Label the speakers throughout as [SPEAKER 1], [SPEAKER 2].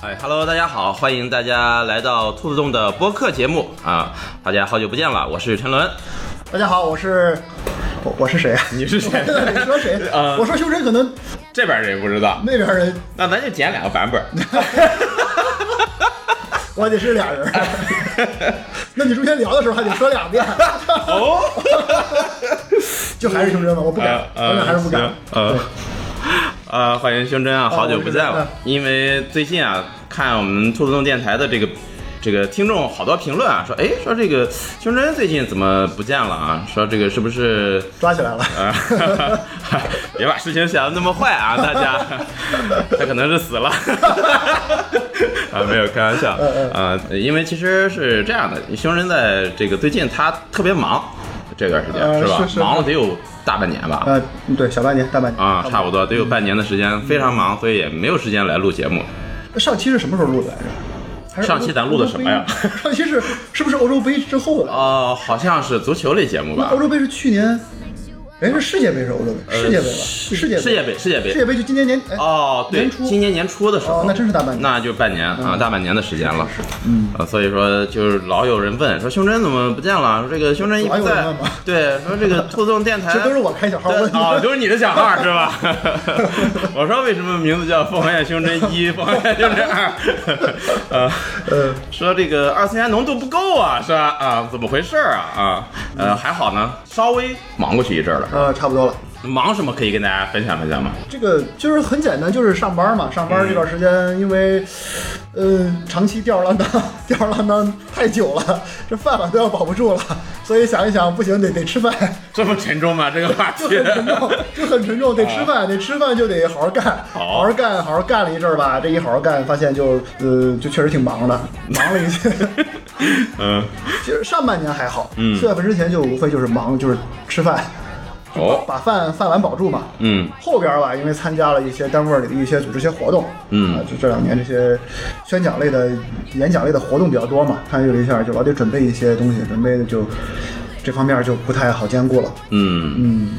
[SPEAKER 1] 哎，Hello，大家好，欢迎大家来到兔子洞的播客节目啊！大家好久不见了，我是陈伦。
[SPEAKER 2] 大家好，我是我我是谁啊？
[SPEAKER 1] 你是谁
[SPEAKER 2] 你说谁？
[SPEAKER 1] 呃
[SPEAKER 2] 我说修真可能
[SPEAKER 1] 这边人不知道，
[SPEAKER 2] 那边人
[SPEAKER 1] 那咱就剪两个版 本。
[SPEAKER 2] 我得是俩人。
[SPEAKER 1] 啊
[SPEAKER 2] 那你中间聊的时候还得说两遍，
[SPEAKER 1] 哦， 啊
[SPEAKER 2] 就还是修真吗？我不敢，我俩还是不敢。哦
[SPEAKER 1] 呃，呃，欢迎胸针啊，好久不见
[SPEAKER 2] 好久
[SPEAKER 1] 了
[SPEAKER 2] 不见。
[SPEAKER 1] 因为最近啊，看我们兔子洞电台的这个这个听众好多评论啊，说，哎，说这个胸针最近怎么不见了啊？说这个是不是
[SPEAKER 2] 抓起来了，
[SPEAKER 1] 啊， 别把事情想的那么坏啊，大家， 他可能是死了，啊，没有开玩笑，
[SPEAKER 2] 嗯
[SPEAKER 1] 啊，因为其实是这样的，熊仁在这个最近他特别忙，这段时间、
[SPEAKER 2] 呃
[SPEAKER 1] 是吧？
[SPEAKER 2] 是是
[SPEAKER 1] 忙了得有大半年吧。
[SPEAKER 2] 呃，对，小半年，大半年
[SPEAKER 1] 啊，差不多得有半年的时间，非常忙，所以也没有时间来录节目。
[SPEAKER 2] 多。上期是什么时候录的来着？还是
[SPEAKER 1] 上期咱录的什么呀
[SPEAKER 2] 欧洲杯？ 上期是是不是欧洲杯之后的？
[SPEAKER 1] 哦，好像是足球类节目
[SPEAKER 2] 那
[SPEAKER 1] 吧
[SPEAKER 2] 欧？洲杯是去年，哎，是世界杯是欧洲杯，哦世界杯吧？世界
[SPEAKER 1] 呃世界杯，世界
[SPEAKER 2] 世
[SPEAKER 1] 杯。
[SPEAKER 2] 界杯就今年年哎
[SPEAKER 1] 哦，对，
[SPEAKER 2] 年初
[SPEAKER 1] 今年年初的时候
[SPEAKER 2] 哦，，那真是大半年。嗯
[SPEAKER 1] 那就半年啊，大半年的时间了。嗯，所以说就是老有人问说胸针怎么不见了？说这个胸针一
[SPEAKER 2] 老
[SPEAKER 1] 不
[SPEAKER 2] 有人
[SPEAKER 1] 在
[SPEAKER 2] 问吗，
[SPEAKER 1] 对，说这个兔洞电台
[SPEAKER 2] 这都是我开小号
[SPEAKER 1] 对
[SPEAKER 2] 问的
[SPEAKER 1] 哦，都是你的小号是吧？ 我说为什么名字叫凤凰院胸针 一、凤凰院胸针二？呃，
[SPEAKER 2] 呃，
[SPEAKER 1] 说这个二次元浓度不够啊，是吧？啊，怎么回事儿啊？啊，呃，还好呢，稍微忙过去一阵儿了。
[SPEAKER 2] 呃，差不多了。
[SPEAKER 1] 忙什么可以跟大家分享分享吗？
[SPEAKER 2] 这个就是很简单，就是上班
[SPEAKER 1] 嗯
[SPEAKER 2] 嘛。上班这段时间，因为，呃，长期吊儿郎当，吊儿郎当太久了， 这饭碗都要保不住了，所以想一想，不行，得得吃饭，
[SPEAKER 1] 这么沉重吗？这个话
[SPEAKER 2] 就
[SPEAKER 1] 题
[SPEAKER 2] 很？沉重，就很沉重，得吃饭，得吃饭就得好好干，
[SPEAKER 1] 哦好
[SPEAKER 2] 好好干，好好干了一阵儿吧。这一好好干，发现就，呃，就确实挺忙的，忙了一些。
[SPEAKER 1] 嗯，
[SPEAKER 2] 其实上半年还好，四月份之前就无非就是忙，就是吃饭，
[SPEAKER 1] 哦，
[SPEAKER 2] 把饭饭碗保住嘛。
[SPEAKER 1] 嗯。
[SPEAKER 2] 后边儿吧，因为参加了一些单位里的一些组织一些活动，
[SPEAKER 1] 嗯
[SPEAKER 2] 啊，就这两年这些宣讲类的、演讲类的活动比较多嘛，参与了一下，就老得准备一些东西，准备就这方面就不太好兼顾了。
[SPEAKER 1] 嗯，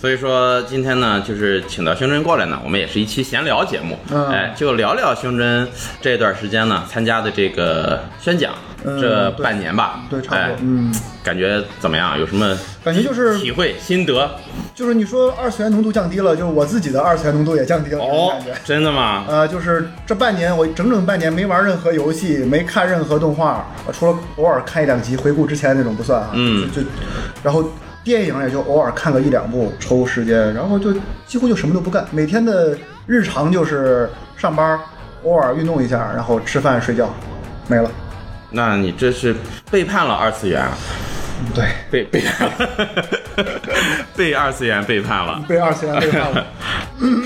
[SPEAKER 1] 所以说今天呢，就是请到胸针过来呢，我们也是一期闲聊节目，
[SPEAKER 2] 嗯
[SPEAKER 1] 哎，就聊聊胸针这段时间呢参加的这个宣讲，
[SPEAKER 2] 嗯
[SPEAKER 1] 这半年吧，
[SPEAKER 2] 对，差不
[SPEAKER 1] 哎
[SPEAKER 2] 多，嗯，
[SPEAKER 1] 感觉怎么样？有什么
[SPEAKER 2] 感觉就是
[SPEAKER 1] 体会、心得？
[SPEAKER 2] 就是你说二次元浓度降低了，就是我自己的二次元浓度也降低了，这
[SPEAKER 1] 哦
[SPEAKER 2] 种感觉。，
[SPEAKER 1] 真的吗？
[SPEAKER 2] 呃，就是这半年，我整整半年没玩任何游戏，没看任何动画，呃除了偶尔看一两集回顾之前那种不算啊。
[SPEAKER 1] 嗯
[SPEAKER 2] 就，就然后电影也就偶尔看个一两部，抽时间，然后就几乎就什么都不干，每天的日常就是上班，偶尔运动一下，然后吃饭睡觉，没了。
[SPEAKER 1] 那你这是背叛了二次元，啊
[SPEAKER 2] 对，
[SPEAKER 1] 被 背叛了，被二次元背叛了。
[SPEAKER 2] 被二次元背叛了。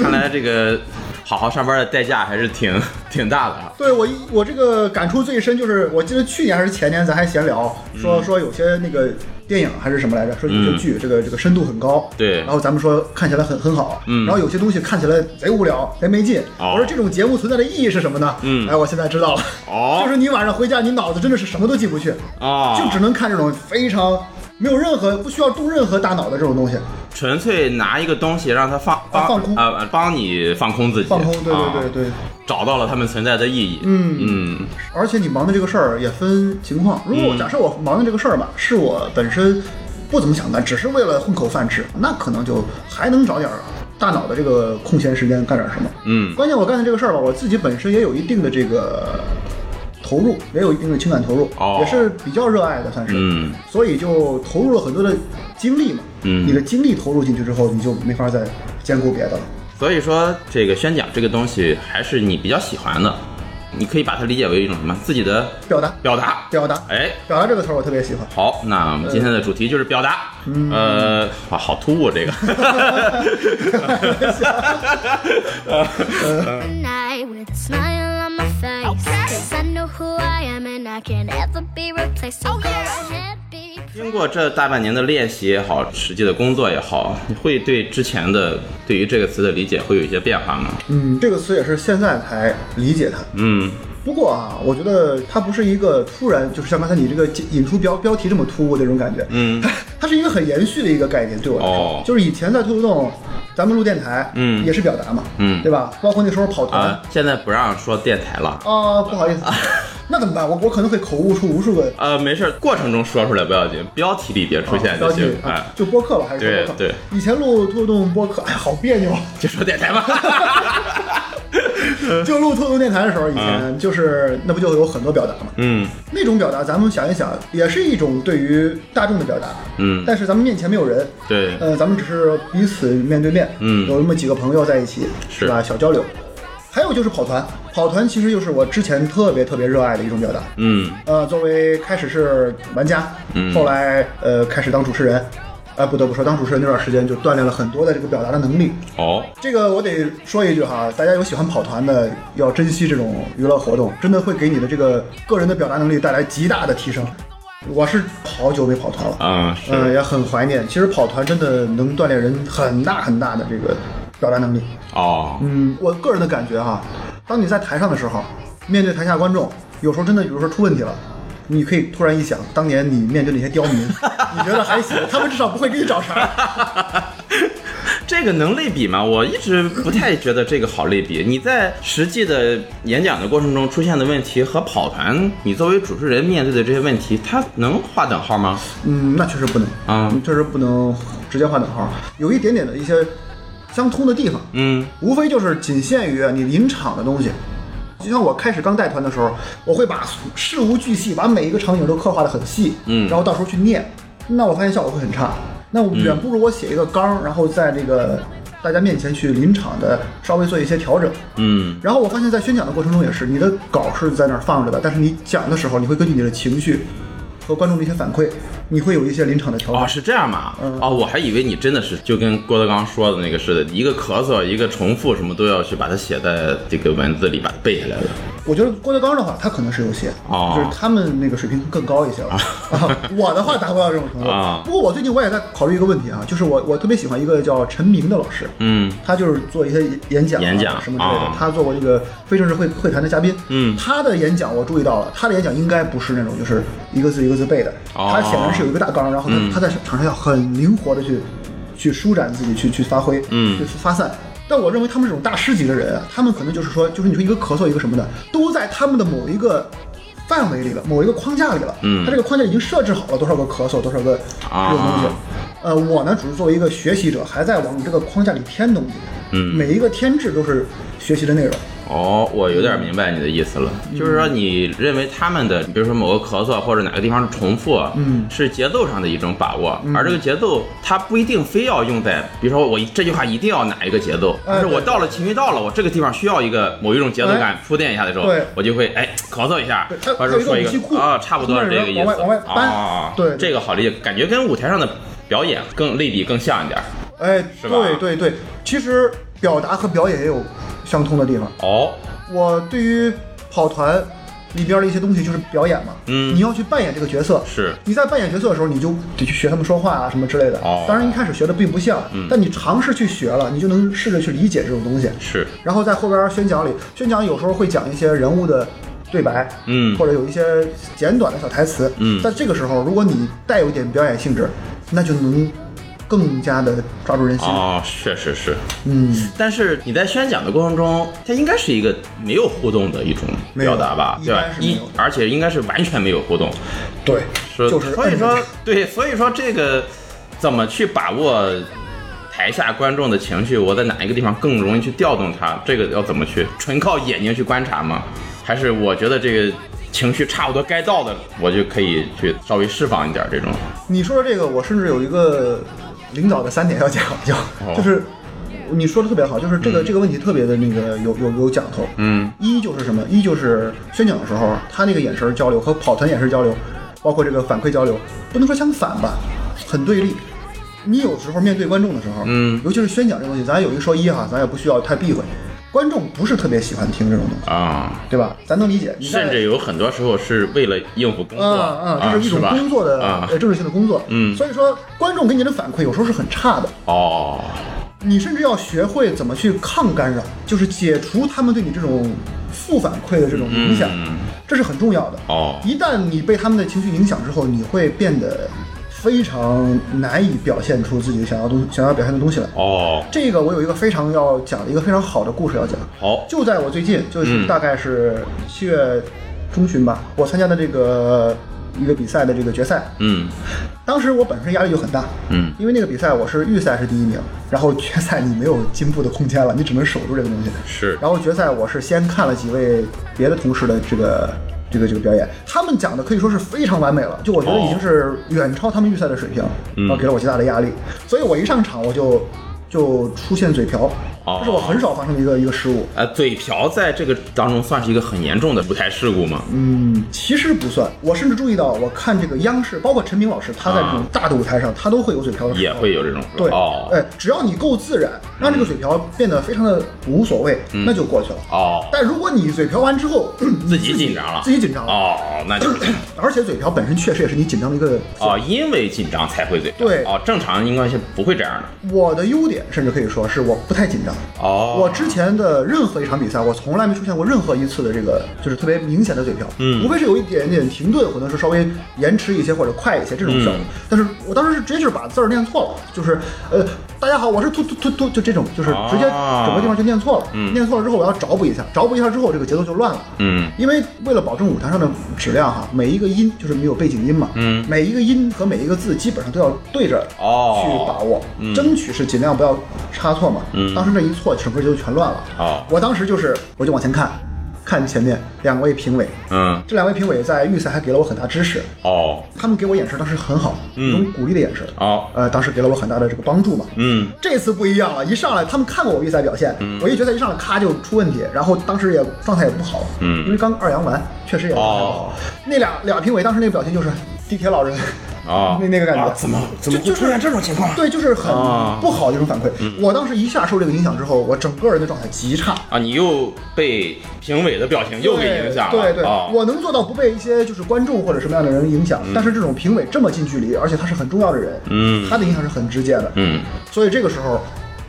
[SPEAKER 1] 看来这个好好上班的代价还是挺 挺大的啊。
[SPEAKER 2] 对我一我这个感触最深就是，我记得去年还是前年，咱还闲聊
[SPEAKER 1] 嗯
[SPEAKER 2] 说说有些那个电影还是什么来着，说有些剧这个这个深度很高，
[SPEAKER 1] 对
[SPEAKER 2] 然后咱们说看起来很很好，
[SPEAKER 1] 嗯
[SPEAKER 2] 然后有些东西看起来贼无聊，贼没劲。
[SPEAKER 1] 哦
[SPEAKER 2] 我说这种节目存在的意义是什么呢？
[SPEAKER 1] 嗯
[SPEAKER 2] 哎，我现在知道了，
[SPEAKER 1] 哦
[SPEAKER 2] 就是你晚上回家，你脑子真的是什么都记不去，
[SPEAKER 1] 哦，
[SPEAKER 2] 就只能看这种非常没有任何不需要动任何大脑的这种东西。
[SPEAKER 1] 纯粹拿一个东西让它放帮
[SPEAKER 2] 啊放空
[SPEAKER 1] 啊、帮你放空自己，
[SPEAKER 2] 放空，对
[SPEAKER 1] 啊
[SPEAKER 2] 对对对，
[SPEAKER 1] 找到了他们存在的意义。
[SPEAKER 2] 嗯
[SPEAKER 1] 嗯
[SPEAKER 2] 而且你忙的这个事儿也分情况。如果我
[SPEAKER 1] 嗯
[SPEAKER 2] 假设我忙的这个事儿吧，是我本身不怎么想干，只是为了混口饭吃，那可能就还能找点儿大脑的这个空闲时间干点什么。
[SPEAKER 1] 嗯
[SPEAKER 2] 关键我干的这个事儿吧，我自己本身也有一定的这个投入，也有一定的情感投入，
[SPEAKER 1] 哦
[SPEAKER 2] 也是比较热爱的，算是。
[SPEAKER 1] 嗯
[SPEAKER 2] 所以就投入了很多的精力嘛。
[SPEAKER 1] 嗯
[SPEAKER 2] 你的精力投入进去之后，你就没法再兼顾别的了。
[SPEAKER 1] 所以说这个宣讲这个东西还是你比较喜欢的，你可以把它理解为一种什么自己的
[SPEAKER 2] 表达，
[SPEAKER 1] 表达。
[SPEAKER 2] 表达，
[SPEAKER 1] 哎，
[SPEAKER 2] 表达这个词儿我特别喜欢。
[SPEAKER 1] 好，那我们今天的主题就是表达。
[SPEAKER 2] 嗯
[SPEAKER 1] 呃，哇，好突兀 这个。
[SPEAKER 3] and I with a smile on my face. Cause I know who I am and I can never be replaced. So oh, yeah. happy.
[SPEAKER 1] 经过这大半年的练习也好，实际的工作也好，你会对之前的对于这个词的理解会有一些变化吗？
[SPEAKER 2] 嗯，这个词也是现在才理解它。
[SPEAKER 1] 嗯，
[SPEAKER 2] 不过啊，我觉得它不是一个突然，就是像刚才你这个引出标标题这么突兀的那种感觉，
[SPEAKER 1] 嗯
[SPEAKER 2] 它 它是一个很延续的一个概念，对我来说，
[SPEAKER 1] 哦
[SPEAKER 2] 就是以前在兔子洞，咱们录电台，
[SPEAKER 1] 嗯
[SPEAKER 2] 也是表达嘛，
[SPEAKER 1] 嗯
[SPEAKER 2] 对吧？包括那时候跑团
[SPEAKER 1] 啊，现在不让说电台了。
[SPEAKER 2] 啊不好意思， 那怎么办？我我可能会口误出无数个
[SPEAKER 1] 呃，没事儿，过程中说出来不要紧，标题里别出现就
[SPEAKER 2] 标题
[SPEAKER 1] 行。哎
[SPEAKER 2] 啊，，就播客吧，还是说
[SPEAKER 1] 对
[SPEAKER 2] 播客？
[SPEAKER 1] 对，
[SPEAKER 2] 以前录兔子洞播客，哎，好别扭。
[SPEAKER 1] 就说电台吧。
[SPEAKER 2] 就录兔子洞电台的时候，以前就是那不就有很多表达嘛，
[SPEAKER 1] 啊嗯
[SPEAKER 2] 那种表达，咱们想一想，也是一种对于大众的表达。
[SPEAKER 1] 嗯，
[SPEAKER 2] 但是咱们面前没有人，
[SPEAKER 1] 对，
[SPEAKER 2] 呃，咱们只是彼此面对面，
[SPEAKER 1] 嗯
[SPEAKER 2] 有那么几个朋友在一起，
[SPEAKER 1] 是
[SPEAKER 2] 吧？小交流。还有就是跑团，跑团其实就是我之前特别特别热爱的一种表达。
[SPEAKER 1] 嗯
[SPEAKER 2] 呃，作为开始是玩家，
[SPEAKER 1] 嗯
[SPEAKER 2] 后来呃开始当主持人，哎、不得不说，当主持人那段时间就锻炼了很多的这个表达的能力。
[SPEAKER 1] 哦，
[SPEAKER 2] 这个我得说一句哈，大家有喜欢跑团的，要珍惜这种娱乐活动，真的会给你的这个个人的表达能力带来极大的提升。我是好久没跑团了，
[SPEAKER 1] 啊是
[SPEAKER 2] 嗯，也很怀念。其实跑团真的能锻炼人很大很大的这个表达能力。
[SPEAKER 1] 哦，
[SPEAKER 2] 嗯，我个人的感觉哈，当你在台上的时候，面对台下观众，有时候真的，比如说出问题了。你可以突然一想，当年你面对那些刁民，你觉得还行，他们至少不会给你找茬儿。
[SPEAKER 1] 这个能类比吗？我一直不太觉得这个好类比。你在实际的演讲的过程中出现的问题和跑团，你作为主持人面对的这些问题，它能划等号吗？
[SPEAKER 2] 嗯，那确实不能嗯
[SPEAKER 1] 啊
[SPEAKER 2] 确实不能直接画等号，有一点点的一些相通的地方，
[SPEAKER 1] 嗯
[SPEAKER 2] 无非就是仅限于你临场的东西。就像我开始刚带团的时候，我会把事无巨细，把每一个场景都刻画的很细，
[SPEAKER 1] 嗯
[SPEAKER 2] 然后到时候去念，那我发现效果会很差。那我远不如我写一个纲，然后在这个大家面前去临场的稍微做一些调整。
[SPEAKER 1] 嗯
[SPEAKER 2] 然后我发现，在宣讲的过程中也是，你的稿是在那儿放着的，但是你讲的时候，你会根据你的情绪和观众的一些反馈，你会有一些临场的调整。
[SPEAKER 1] 哦，是这样吗？哦，我还以为你真的是就跟郭德纲说的那个似的，一个咳嗽，一个重复，什么都要去把它写在这个文字里，把它背下来了。
[SPEAKER 2] 我觉得郭德纲的话，他可能是有些，
[SPEAKER 1] 哦
[SPEAKER 2] 就是他们那个水平更高一些了。 啊我的话达不到这种程度。
[SPEAKER 1] 啊
[SPEAKER 2] 不过我最近我也在考虑一个问题啊，就是我我特别喜欢一个叫陈明的老师，
[SPEAKER 1] 嗯
[SPEAKER 2] 他就是做一些演讲、啊、
[SPEAKER 1] 演讲
[SPEAKER 2] 什么之类的。
[SPEAKER 1] 啊
[SPEAKER 2] 他做过这个非正式会会谈的嘉宾，
[SPEAKER 1] 嗯
[SPEAKER 2] 他的演讲我注意到了，他的演讲应该不是那种就是一个字一个字背的，
[SPEAKER 1] 哦
[SPEAKER 2] 他显然是有一个大纲，然后他、
[SPEAKER 1] 嗯
[SPEAKER 2] 他在场上要很灵活的去去舒展自己，去去发挥，
[SPEAKER 1] 嗯
[SPEAKER 2] 去发散。但我认为他们这种大师级的人啊，他们可能就是说，就是你说一个咳嗽一个什么的，都在他们的某一个。范围里了，某一个框架里了，
[SPEAKER 1] 嗯
[SPEAKER 2] 他这个框架已经设置好了多少个咳嗽，多少个这种东西，
[SPEAKER 1] 啊
[SPEAKER 2] 呃，我呢只是作为一个学习者，还在往这个框架里添东西。
[SPEAKER 1] 嗯
[SPEAKER 2] 每一个添置都是学习的内容。
[SPEAKER 1] 哦，我有点明白你的意思了，
[SPEAKER 2] 嗯
[SPEAKER 1] 就是说你认为他们的，比如说某个咳嗽啊或者哪个地方重复，啊
[SPEAKER 2] 嗯
[SPEAKER 1] 是节奏上的一种把握，而这个节奏它不一定非要用在，比如说我这句话一定要哪一个节奏，但是我
[SPEAKER 2] 哎对哎
[SPEAKER 1] 到了情绪到了，我这个地方需要一个某一种节奏感铺垫一下的时候
[SPEAKER 2] 对，
[SPEAKER 1] 我就会哎咳嗽一下
[SPEAKER 2] 对它，
[SPEAKER 1] 或者说一
[SPEAKER 2] 它有一个武器库
[SPEAKER 1] 个啊，差不多是这个意思，
[SPEAKER 2] 往外往外搬
[SPEAKER 1] 啊，
[SPEAKER 2] 对对
[SPEAKER 1] 这个好理解，感觉跟舞台上的表演更类比更像一点。
[SPEAKER 2] 哎，
[SPEAKER 1] 是吧
[SPEAKER 2] 对对对，其实表达和表演也有相通的地方。
[SPEAKER 1] 哦，
[SPEAKER 2] 我对于跑团里边的一些东西就是表演嘛，
[SPEAKER 1] 嗯
[SPEAKER 2] 你要去扮演这个角色。
[SPEAKER 1] 是，
[SPEAKER 2] 你在扮演角色的时候，你就得去学他们说话啊什么之类的。
[SPEAKER 1] 哦嗯
[SPEAKER 2] 当然一开始学的并不像，但你尝试去学了，你就能试着去理解这种东西。
[SPEAKER 1] 是，
[SPEAKER 2] 然后在后边宣讲里，宣讲有时候会讲一些人物的对白，
[SPEAKER 1] 嗯
[SPEAKER 2] 或者有一些简短的小台词，
[SPEAKER 1] 嗯
[SPEAKER 2] 但这个时候，如果你带有一点表演性质，那就能更加的抓住人心。
[SPEAKER 1] 哦，确实是。
[SPEAKER 2] 嗯，
[SPEAKER 1] 但是你在宣讲的过程中，它应该是一个没有互动的一种表达吧，
[SPEAKER 2] 没
[SPEAKER 1] 对
[SPEAKER 2] 有
[SPEAKER 1] 吧
[SPEAKER 2] 嗯一般？是没
[SPEAKER 1] 一
[SPEAKER 2] 有的
[SPEAKER 1] 而且应该是完全没有互动，
[SPEAKER 2] 对，
[SPEAKER 1] 是
[SPEAKER 2] 就是
[SPEAKER 1] 所以
[SPEAKER 2] 摁
[SPEAKER 1] 说
[SPEAKER 2] 着
[SPEAKER 1] 对，所以说这个怎么去把握台下观众的情绪？我在哪一个地方更容易去调动它？这个要怎么去？纯靠眼睛去观察吗？还是我觉得这个情绪差不多该到的，我就可以去稍微释放一点这种？
[SPEAKER 2] 你说的这个，我甚至有一个领导的三点要讲究，
[SPEAKER 1] 哦
[SPEAKER 2] 就是你说的特别好，就是这个、这个问题特别的那个有有有讲头。
[SPEAKER 1] 嗯，
[SPEAKER 2] 一就是什么？一就是宣讲的时候，他那个眼神交流和跑团眼神交流，包括这个反馈交流，不能说相反吧，很对立。你有时候面对观众的时候，
[SPEAKER 1] 嗯
[SPEAKER 2] 尤其是宣讲这东西，咱有一说一哈，咱也不需要太避讳。观众不是特别喜欢听这种东西，
[SPEAKER 1] 啊、
[SPEAKER 2] 对吧？咱能理解。你在
[SPEAKER 1] 甚至有很多时候是为了应付工作
[SPEAKER 2] 啊啊，这是一种
[SPEAKER 1] 吧
[SPEAKER 2] 工作的、
[SPEAKER 1] 啊
[SPEAKER 2] 呃政治性的工作。
[SPEAKER 1] 嗯
[SPEAKER 2] 所以说观众给你的反馈有时候是很差的，
[SPEAKER 1] 哦。
[SPEAKER 2] 你甚至要学会怎么去抗干扰，就是解除他们对你这种负反馈的这种影响，
[SPEAKER 1] 嗯
[SPEAKER 2] 这是很重要的。
[SPEAKER 1] 哦
[SPEAKER 2] 一旦你被他们的情绪影响之后，你会变得非常难以表现出自己想要东想要表现的东西来。
[SPEAKER 1] 哦，
[SPEAKER 2] 这个我有一个非常要讲的一个非常好的故事要讲。
[SPEAKER 1] 好，
[SPEAKER 2] 就在我最近，就是
[SPEAKER 1] 嗯
[SPEAKER 2] 大概是七月中旬吧，我参加的这个一个比赛的这个决赛，
[SPEAKER 1] 嗯
[SPEAKER 2] 当时我本身压力就很大，
[SPEAKER 1] 嗯
[SPEAKER 2] 因为那个比赛我是预赛是第一名，然后决赛你没有进步的空间了，你只能守住这个东西。
[SPEAKER 1] 是
[SPEAKER 2] 然后决赛我是先看了几位别的同事的这个这个这个表演，他们讲的可以说是非常完美了，就我觉得已
[SPEAKER 1] 哦
[SPEAKER 2] 经是远超他们预赛的水平，
[SPEAKER 1] 嗯
[SPEAKER 2] 然后给了我极大的压力，所以我一上场我就就出现嘴瓢，
[SPEAKER 1] 哦
[SPEAKER 2] 这是我很少发生的一个一个失误。
[SPEAKER 1] 啊，嘴瓢在这个当中算是一个很严重的舞台事故吗？
[SPEAKER 2] 嗯，其实不算。我甚至注意到，我看这个央视，包括陈明老师，他在这种
[SPEAKER 1] 啊
[SPEAKER 2] 大的舞台上，他都会有嘴瓢的时候。
[SPEAKER 1] 也会有这种
[SPEAKER 2] 对，
[SPEAKER 1] 哦嗯
[SPEAKER 2] 哎，只要你够自然，让这个嘴瓢变得非常的无所谓，那就过去了。
[SPEAKER 1] 哦，
[SPEAKER 2] 但如果你嘴瓢完之 后，
[SPEAKER 1] 自己紧张了，
[SPEAKER 2] 自己紧张了
[SPEAKER 1] 哦，那就
[SPEAKER 2] 而且嘴瓢本身确实也是你紧张的一个
[SPEAKER 1] 哦，因为紧张才会嘴瓢，
[SPEAKER 2] 对
[SPEAKER 1] 哦，正常应该是不会这样的，
[SPEAKER 2] 我的优点甚至可以说是我不太紧张。
[SPEAKER 1] 哦，
[SPEAKER 2] 我之前的任何一场比赛，我从来没出现过任何一次的这个就是特别明显的嘴瓢，
[SPEAKER 1] 嗯
[SPEAKER 2] 无非是有一点点停顿，可能是稍微延迟一些或者快一些这种效果。
[SPEAKER 1] 嗯
[SPEAKER 2] 但是我当时是直接就是把字儿念错了，就是呃，大家好，我是突突突突，就这种，就是直接
[SPEAKER 1] 啊
[SPEAKER 2] 整个地方就念错了。
[SPEAKER 1] 嗯
[SPEAKER 2] 念错了之后，我要找补一下，找补一下之后，这个节奏就乱了。
[SPEAKER 1] 嗯
[SPEAKER 2] 因为为了保证舞台上的质量哈，每一个音就是没有背景音嘛，
[SPEAKER 1] 嗯
[SPEAKER 2] 每一个音和每一个字基本上都要对着
[SPEAKER 1] 哦
[SPEAKER 2] 去把握，
[SPEAKER 1] 嗯
[SPEAKER 2] 争取是尽量不要差错嘛。
[SPEAKER 1] 嗯
[SPEAKER 2] 当时这一错，整个就全乱了。
[SPEAKER 1] 哦
[SPEAKER 2] 我当时就是我就往前看，看前面两位评委，
[SPEAKER 1] 嗯
[SPEAKER 2] 这两位评委在预赛还给了我很大支持，
[SPEAKER 1] 哦
[SPEAKER 2] 他们给我眼神当时很好，
[SPEAKER 1] 嗯
[SPEAKER 2] 一种鼓励的眼神，
[SPEAKER 1] 哦
[SPEAKER 2] 呃，当时给了我很大的这个帮助嘛。
[SPEAKER 1] 嗯
[SPEAKER 2] 这次不一样了，一上来他们看过我预赛表现，我一决赛一上来咔就出问题，然后当时也状态也不好，
[SPEAKER 1] 嗯
[SPEAKER 2] 因为刚二阳完，确实也状态不好。
[SPEAKER 1] 哦
[SPEAKER 2] 那俩俩评委当时那个表情就是地铁老人，
[SPEAKER 1] 哦，
[SPEAKER 2] 那那个感觉，
[SPEAKER 1] 啊怎么怎么
[SPEAKER 2] 就
[SPEAKER 1] 会出现这种情况？
[SPEAKER 2] 对，就是很
[SPEAKER 1] 啊
[SPEAKER 2] 不好的一种反馈。我当时一下受这个影响之后，我整个人的状态极差。
[SPEAKER 1] 啊，你又被评委的表情又给影响了，
[SPEAKER 2] 对对对、
[SPEAKER 1] 哦
[SPEAKER 2] 我能做到不被一些就是观众或者什么样的人影响，但是这种评委这么近距离，而且他是很重要的人，
[SPEAKER 1] 嗯
[SPEAKER 2] 他的影响是很直接的，
[SPEAKER 1] 嗯
[SPEAKER 2] 所以这个时候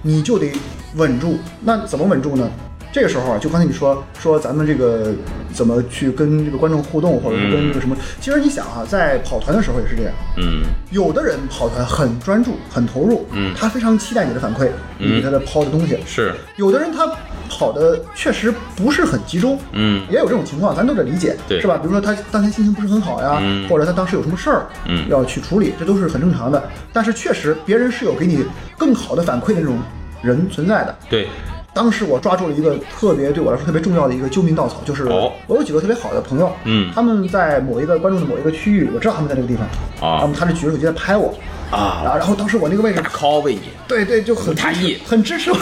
[SPEAKER 2] 你就得稳住。那怎么稳住呢？这个时候啊，就刚才你说说咱们这个怎么去跟这个观众互动，或者是跟这个什么，其实你想啊，在跑团的时候也是这样。
[SPEAKER 1] 嗯
[SPEAKER 2] 有的人跑团很专注、很投入，
[SPEAKER 1] 嗯
[SPEAKER 2] 他非常期待你的反馈，你给他的抛的东西。
[SPEAKER 1] 是
[SPEAKER 2] 有的人他跑的确实不是很集中，
[SPEAKER 1] 嗯
[SPEAKER 2] 也有这种情况，咱都得理解，
[SPEAKER 1] 对
[SPEAKER 2] 是吧？比如说他当天心情不是很好呀，
[SPEAKER 1] 嗯
[SPEAKER 2] 或者他当时有什么事儿，
[SPEAKER 1] 嗯
[SPEAKER 2] 要去处理，这都是很正常的。但是确实别人是有给你更好的反馈的那种人存在的。
[SPEAKER 1] 对
[SPEAKER 2] 当时我抓住了一个特别对我来说特别重要的一个救命稻草，就是
[SPEAKER 1] 哦
[SPEAKER 2] 我有几个特别好的朋友，
[SPEAKER 1] 嗯
[SPEAKER 2] 他们在某一个观众的某一个区域，我知道他们在那个地方，
[SPEAKER 1] 啊
[SPEAKER 2] 然后他就举着手机在拍我，
[SPEAKER 1] 啊
[SPEAKER 2] 然后然后当时我那个位置
[SPEAKER 1] 大 call 为你
[SPEAKER 2] 对对，就很
[SPEAKER 1] 大意
[SPEAKER 2] 很支持我，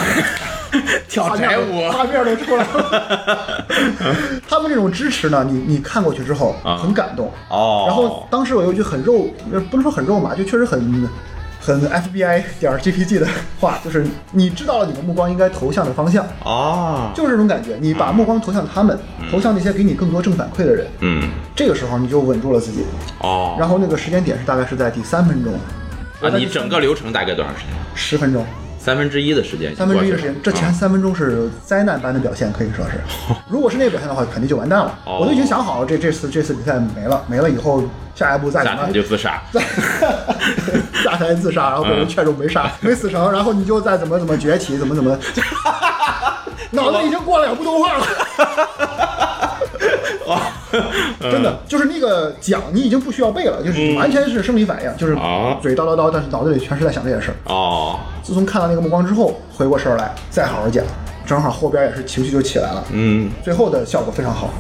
[SPEAKER 1] 跳
[SPEAKER 2] 面
[SPEAKER 1] 宅
[SPEAKER 2] 儿
[SPEAKER 1] 舞
[SPEAKER 2] 画面儿都出来 了。他们这种支持呢，你你看过去之后
[SPEAKER 1] 啊
[SPEAKER 2] 很感动。
[SPEAKER 1] 哦，
[SPEAKER 2] 然后当时我有一句很肉，呃不能说很肉麻，就确实很很 FBI 点儿 GPG 的话，就是你知道了你的目光应该投向的方向，
[SPEAKER 1] 哦，
[SPEAKER 2] 就是这种感觉。你把目光投向他们，投向那些给你更多正反馈的人，
[SPEAKER 1] 嗯
[SPEAKER 2] 这个时候你就稳住了自己。
[SPEAKER 1] 哦，
[SPEAKER 2] 然后那个时间点是大概是在第三分钟，
[SPEAKER 1] 啊，你整个流程大概多长时间？
[SPEAKER 2] 十分钟。
[SPEAKER 1] 三分之一的时间已经
[SPEAKER 2] 三
[SPEAKER 1] 过
[SPEAKER 2] 分之
[SPEAKER 1] 去
[SPEAKER 2] 一
[SPEAKER 1] 了，啊
[SPEAKER 2] 的时间，这前三分钟是灾难般的表现，可以说 是。如果是那个表现的话，肯定就完蛋了。
[SPEAKER 1] 哦
[SPEAKER 2] 我都已经想好了，这这次这次比赛没了，没了以后下一步再
[SPEAKER 1] 下
[SPEAKER 2] 怎么
[SPEAKER 1] 台就自杀，
[SPEAKER 2] 再 下台自杀，然后被人劝住 没杀、没死成，然后你就再怎么怎么崛起，怎么怎么，脑袋已经过了两部动画了。
[SPEAKER 1] 哦嗯
[SPEAKER 2] 真的就是那个讲，你已经不需要背了，就是完全是生理反应，就是
[SPEAKER 1] 啊
[SPEAKER 2] 嘴叨叨叨，但是脑子里全是在想这件事儿。
[SPEAKER 1] 哦，
[SPEAKER 2] 自从看到那个目光之后，回过神儿来再好好讲，正好后边也是情绪就起来了，
[SPEAKER 1] 嗯，
[SPEAKER 2] 最后的效果非常好，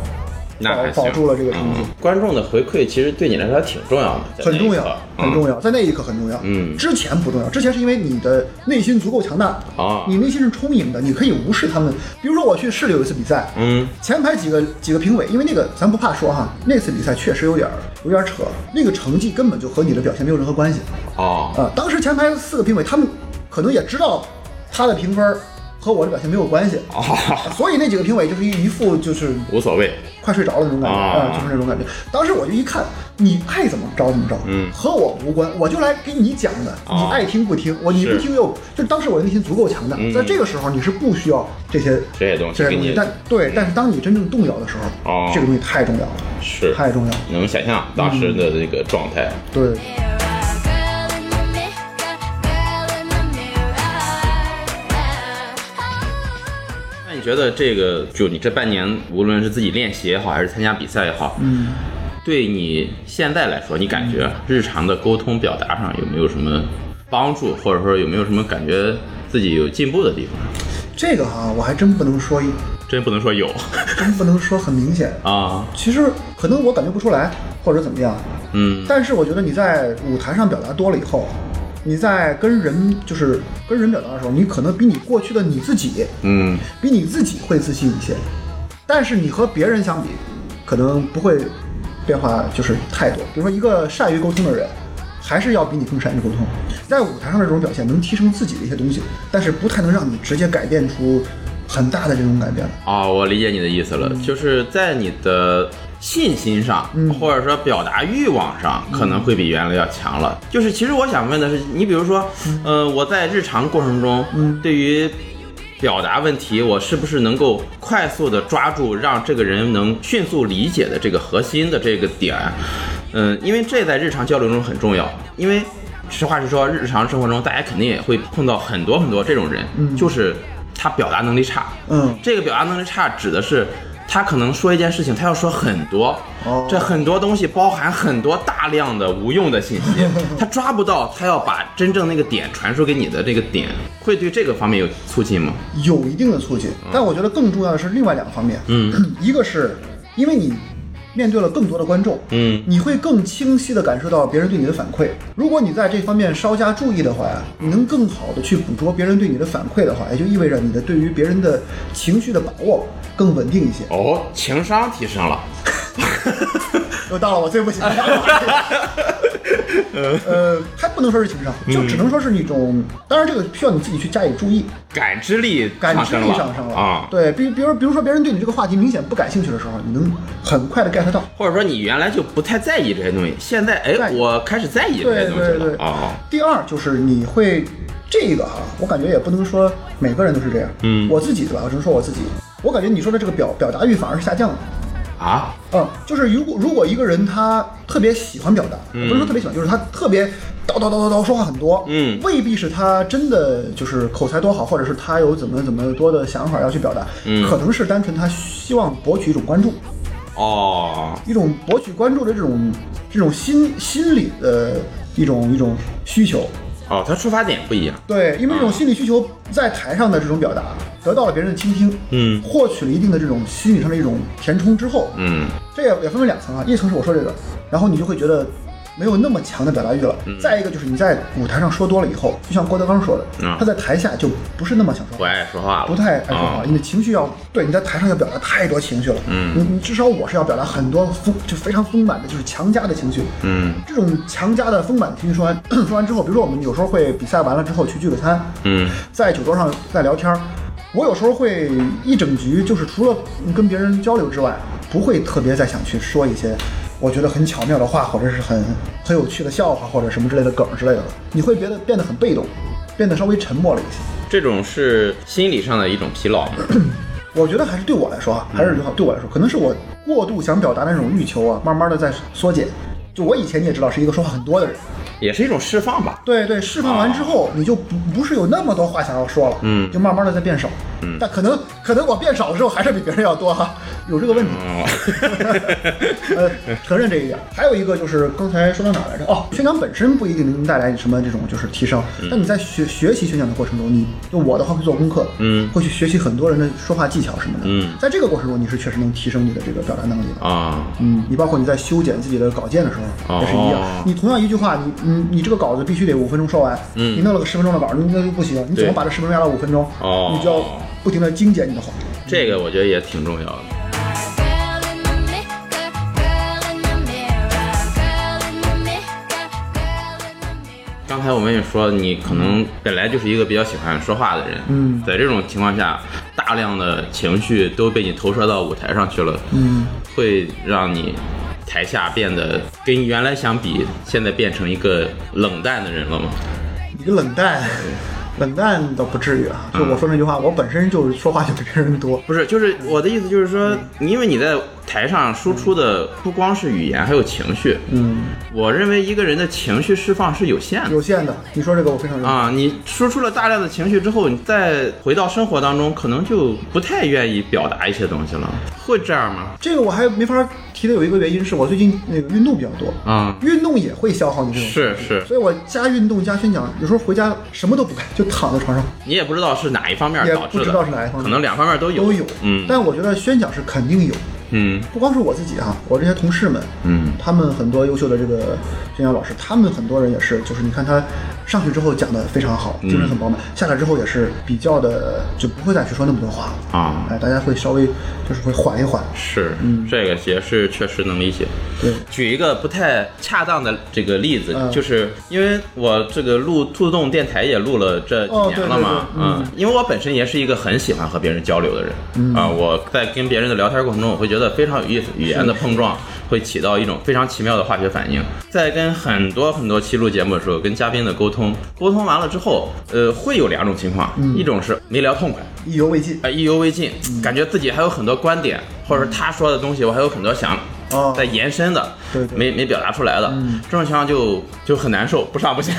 [SPEAKER 1] 那还
[SPEAKER 2] 保
[SPEAKER 1] 行
[SPEAKER 2] 保住了这个成绩
[SPEAKER 1] 嗯观众的回馈其实对你来说还挺重要的，在那
[SPEAKER 2] 很
[SPEAKER 1] 一
[SPEAKER 2] 重要
[SPEAKER 1] 刻，
[SPEAKER 2] 很重要，在那一刻很重要。
[SPEAKER 1] 嗯
[SPEAKER 2] 之前不重要，之前是因为你的内心足够强大
[SPEAKER 1] 啊
[SPEAKER 2] 你内心是充盈的，你可以无视他们。比如说我去市里有一次比赛，
[SPEAKER 1] 嗯
[SPEAKER 2] 前排几个几个评委，因为那个咱不怕说哈，那次比赛确实有点儿有点儿扯，那个成绩根本就和你的表现没有任何关系。
[SPEAKER 1] 哦，
[SPEAKER 2] 啊，当时前排四个评委，他们可能也知道他的评分儿和我的表现没有关系，
[SPEAKER 1] 哦，
[SPEAKER 2] 所以那几个评委就是一一副就是
[SPEAKER 1] 无所谓，
[SPEAKER 2] 快快睡着了那种感觉
[SPEAKER 1] 啊
[SPEAKER 2] 啊、就是那种感觉。当时我就一看，你爱怎么着怎么着，
[SPEAKER 1] 嗯
[SPEAKER 2] 和我无关，我就来给你讲的，
[SPEAKER 1] 啊
[SPEAKER 2] 你爱听不听，我你不
[SPEAKER 1] 是
[SPEAKER 2] 听又就当时我的内心足够强大，
[SPEAKER 1] 嗯
[SPEAKER 2] 在这个时候你是不需要这些
[SPEAKER 1] 这些东西
[SPEAKER 2] 这些
[SPEAKER 1] 给
[SPEAKER 2] 东西
[SPEAKER 1] 你，嗯
[SPEAKER 2] 但对，但是当你真正动摇的时候，
[SPEAKER 1] 哦
[SPEAKER 2] 这个东西太重要了，
[SPEAKER 1] 是
[SPEAKER 2] 太重要了，嗯
[SPEAKER 1] 能想象当时的那个状态。
[SPEAKER 2] 对。
[SPEAKER 3] Girl in the mirror, girl in the mirror.
[SPEAKER 1] 那你觉得这个，就你这半年，无论是自己练习也好，还是参加比赛也好，嗯，对你现在来说，你感觉日常的沟通表达上有没有什么帮助，或者说有没有什么感觉自己有进步的地方？
[SPEAKER 2] 这个哈、我还真不能说，
[SPEAKER 1] 真不能说有
[SPEAKER 2] 真不能说很明显。
[SPEAKER 1] 啊，
[SPEAKER 2] 其实可能我感觉不出来，或者怎么样。
[SPEAKER 1] 嗯
[SPEAKER 2] 但是我觉得你在舞台上表达多了以后，你在跟人就是跟人表达的时候，你可能比你过去的你自己，
[SPEAKER 1] 嗯，
[SPEAKER 2] 比你自己会自信一些。但是你和别人相比，可能不会变化就是太多。比如说一个善于沟通的人，还是要比你更善于沟通。在舞台上的这种表现能提升自己的一些东西，但是不太能让你直接改变出很大的这种改变。
[SPEAKER 1] 哦，我理解你的意思了，就是在你的信心上，或者说表达欲望上，可能会比原来要强了。就是其实我想问的是，你比如说，呃，我在日常过程中，对于表达问题，我是不是能够快速的抓住让这个人能迅速理解的这个核心的这个点？嗯，因为这在日常交流中很重要，因为。实话实说，日常生活中大家肯定也会碰到很多很多这种人，就是他表达能力差，
[SPEAKER 2] 嗯，
[SPEAKER 1] 这个表达能力差指的是他可能说一件事情，他要说很多，
[SPEAKER 2] 哦
[SPEAKER 1] 这很多东西包含很多大量的无用的信息，他抓不到，他要把真正那个点传输给你的这个点，会对这个方面有促进吗？
[SPEAKER 2] 有一定的促进，但我觉得更重要的是另外两个方面，
[SPEAKER 1] 嗯，
[SPEAKER 2] 一个是因为你面对了更多的观众，
[SPEAKER 1] 嗯
[SPEAKER 2] 你会更清晰地感受到别人对你的反馈。如果你在这方面稍加注意的话呀，你能更好地去捕捉别人对你的反馈的话，也就意味着你的对于别人的情绪的把握更稳定一些。
[SPEAKER 1] 哦，情商提升了，
[SPEAKER 2] 又到了我最不喜欢的 话题。呃，还不能说是情商，就只能说是一种，当然这个需要你自己去加以注意。
[SPEAKER 1] 感知力
[SPEAKER 2] 感
[SPEAKER 1] 上
[SPEAKER 2] 知
[SPEAKER 1] 升
[SPEAKER 2] 力
[SPEAKER 1] 了
[SPEAKER 2] 上升了
[SPEAKER 1] 啊。
[SPEAKER 2] 对，比比如比如说别人对你这个话题明显不感兴趣的时候，你能很快的 get 到。
[SPEAKER 1] 或者说你原来就不太在意这些东西，现在哎，
[SPEAKER 2] 在意
[SPEAKER 1] 我开始在意这些东西
[SPEAKER 2] 对对
[SPEAKER 1] 了
[SPEAKER 2] 对
[SPEAKER 1] 哦，
[SPEAKER 2] 第二就是你会这个哈、我感觉也不能说每个人都是这样。
[SPEAKER 1] 嗯
[SPEAKER 2] 我自己的吧，我只能说我自己，我感觉你说的这个表表达欲反而是下降的。
[SPEAKER 1] 啊，
[SPEAKER 2] 嗯，就是如果如果一个人他特别喜欢表达，不是说特别喜欢，就是他特别叨叨叨叨叨说话很多，
[SPEAKER 1] 嗯
[SPEAKER 2] 未必是他真的就是口才多好，或者是他有怎么怎么多的想法要去表达，
[SPEAKER 1] 嗯
[SPEAKER 2] 可能是单纯他希望博取一种关注，
[SPEAKER 1] 哦，
[SPEAKER 2] 一种博取关注的这种这种心心理的一种一种需求。
[SPEAKER 1] 哦，它出发点不一样，
[SPEAKER 2] 对，因为这种心理需求在台上的这种表达，得到了别人的倾听，
[SPEAKER 1] 嗯
[SPEAKER 2] 获取了一定的这种心理上的一种填充之后，
[SPEAKER 1] 嗯，
[SPEAKER 2] 这也也分为两层啊，一层是我说这个，然后你就会觉得没有那么强的表达欲了。再一个就是你在舞台上说多了以后，就像郭德纲说的，
[SPEAKER 1] 嗯
[SPEAKER 2] 他在台下就不是那么想说
[SPEAKER 1] 不
[SPEAKER 2] 话。
[SPEAKER 1] 爱说话了，
[SPEAKER 2] 不太爱说话，
[SPEAKER 1] 啊
[SPEAKER 2] 你的情绪要对你在台上要表达太多情绪了，嗯，你你至少我是要表达很多丰就非常丰满的，就是强加的情绪，
[SPEAKER 1] 嗯，
[SPEAKER 2] 这种强加的丰满的情绪说完 说完之后，比如说我们有时候会比赛完了之后去聚个餐，
[SPEAKER 1] 嗯，
[SPEAKER 2] 在酒桌上在聊天儿，我有时候会一整局就是除了跟别人交流之外，不会特别再想去说一些。我觉得很巧妙的话，或者是很很有趣的笑话，或者什么之类的梗之类的，你会变得变得很被动，变得稍微沉默了一些。
[SPEAKER 1] 这种是心理上的一种疲劳吗？
[SPEAKER 2] 我觉得还是对我来说啊，还是对我来说，可能是我过度想表达那种欲求啊，慢慢的在缩减。就我以前你也知道是一个说话很多的人，
[SPEAKER 1] 也是一种释放吧。
[SPEAKER 2] 对对，释放完之后，你就不不是有那么多话想要说了，
[SPEAKER 1] 哦嗯
[SPEAKER 2] 就慢慢的在变少，嗯，但可能可能我变少的时候还是比别人要多哈，有这个问题，
[SPEAKER 1] 哦，
[SPEAKER 2] 呃，承认这一点。还有一个就是刚才说到哪儿来着？哦，宣讲本身不一定能带来什么这种就是提升，
[SPEAKER 1] 嗯
[SPEAKER 2] 但你在学学习宣讲的过程中，你就我的话会做功课，
[SPEAKER 1] 嗯
[SPEAKER 2] 会去学习很多人的说话技巧什么的，
[SPEAKER 1] 嗯
[SPEAKER 2] 在这个过程中，你是确实能提升你的这个表达能力的。
[SPEAKER 1] 啊，
[SPEAKER 2] 嗯，你包括你在修剪自己的稿件的时候也是一样
[SPEAKER 1] 哦，
[SPEAKER 2] 你同样一句话，你你你这个稿子必须得五分钟说完，
[SPEAKER 1] 嗯
[SPEAKER 2] 你弄了个十分钟的稿，那那就不行，你怎么
[SPEAKER 1] 对
[SPEAKER 2] 把这十分钟压到五分钟？
[SPEAKER 1] 哦
[SPEAKER 2] 你就要不停的精简你的话。
[SPEAKER 1] 这个我觉得也挺重要的。
[SPEAKER 3] Girl in the mirror, girl in the mirror, girl in the mirror, girl in the mirror.
[SPEAKER 1] 刚才我们也说，你可能本来就是一个比较喜欢说话的人，
[SPEAKER 2] 嗯
[SPEAKER 1] 在这种情况下，大量的情绪都被你投射到舞台上去了，嗯，会让你台下变得跟原来相比，现在变成一个冷淡的人了吗？
[SPEAKER 2] 一个冷淡，冷淡倒不至于啊。
[SPEAKER 1] 嗯
[SPEAKER 2] 就我说那句话，我本身就是说话就比别人多，
[SPEAKER 1] 不是，就是我的意思就是说，因为你在台上输出的不光是语言，还有情绪。嗯，我认为一个人的情绪释放是有限的
[SPEAKER 2] 有限的。你说这个我非常认同。
[SPEAKER 1] 啊，你输出了大量的情绪之后，你再回到生活当中，可能就不太愿意表达一些东西了，会这样吗？
[SPEAKER 2] 这个我还没法提的有一个原因是我最近那个运动比较多，
[SPEAKER 1] 啊、
[SPEAKER 2] 运动也会消耗你这种。
[SPEAKER 1] 是是，
[SPEAKER 2] 所以我加运动加宣讲，有时候回家什么都不干，就躺在床上
[SPEAKER 1] 你也不知道是哪一方面
[SPEAKER 2] 也
[SPEAKER 1] 导致的，
[SPEAKER 2] 不知道是哪一方面
[SPEAKER 1] 可能两方面都有，
[SPEAKER 2] 都有。
[SPEAKER 1] 嗯
[SPEAKER 2] 但我觉得宣讲是肯定有，
[SPEAKER 1] 嗯
[SPEAKER 2] 不光是我自己哈、我这些同事们，
[SPEAKER 1] 嗯
[SPEAKER 2] 他们很多优秀的这个宣讲老师，他们很多人也是，就是你看他上去之后讲的非常好，
[SPEAKER 1] 嗯
[SPEAKER 2] 精神很饱满，下来之后也是比较的就不会再去说那么多话，
[SPEAKER 1] 啊，
[SPEAKER 2] 哎，大家会稍微就是会缓一缓，
[SPEAKER 1] 是，
[SPEAKER 2] 嗯
[SPEAKER 1] 这个也是确实能理解。
[SPEAKER 2] 对，
[SPEAKER 1] 举一个不太恰当的这个例子，
[SPEAKER 2] 嗯
[SPEAKER 1] 就是因为我这个录兔动电台也录了这几
[SPEAKER 2] 哦
[SPEAKER 1] 年了嘛，
[SPEAKER 2] 对对对嗯
[SPEAKER 1] 因为我本身也是一个很喜欢和别人交流的人，啊，我在跟别人的聊天过程中，我会觉得非常有意思，语言的碰撞会起到一种非常奇妙的化学反应。在跟很多很多期录节目的时候，跟嘉宾的沟通，沟通完了之后，呃，会有两种情况，
[SPEAKER 2] 嗯
[SPEAKER 1] 一种是没聊痛快，
[SPEAKER 2] 意犹未尽。
[SPEAKER 1] 啊，意犹未尽，
[SPEAKER 2] 嗯
[SPEAKER 1] 感觉自己还有很多观点，或者他说的东西，我还有很多想
[SPEAKER 2] 哦
[SPEAKER 1] 在延伸的，
[SPEAKER 2] 对嗯对
[SPEAKER 1] 没没表达出来的，这种情况就就很难受，不上 不下，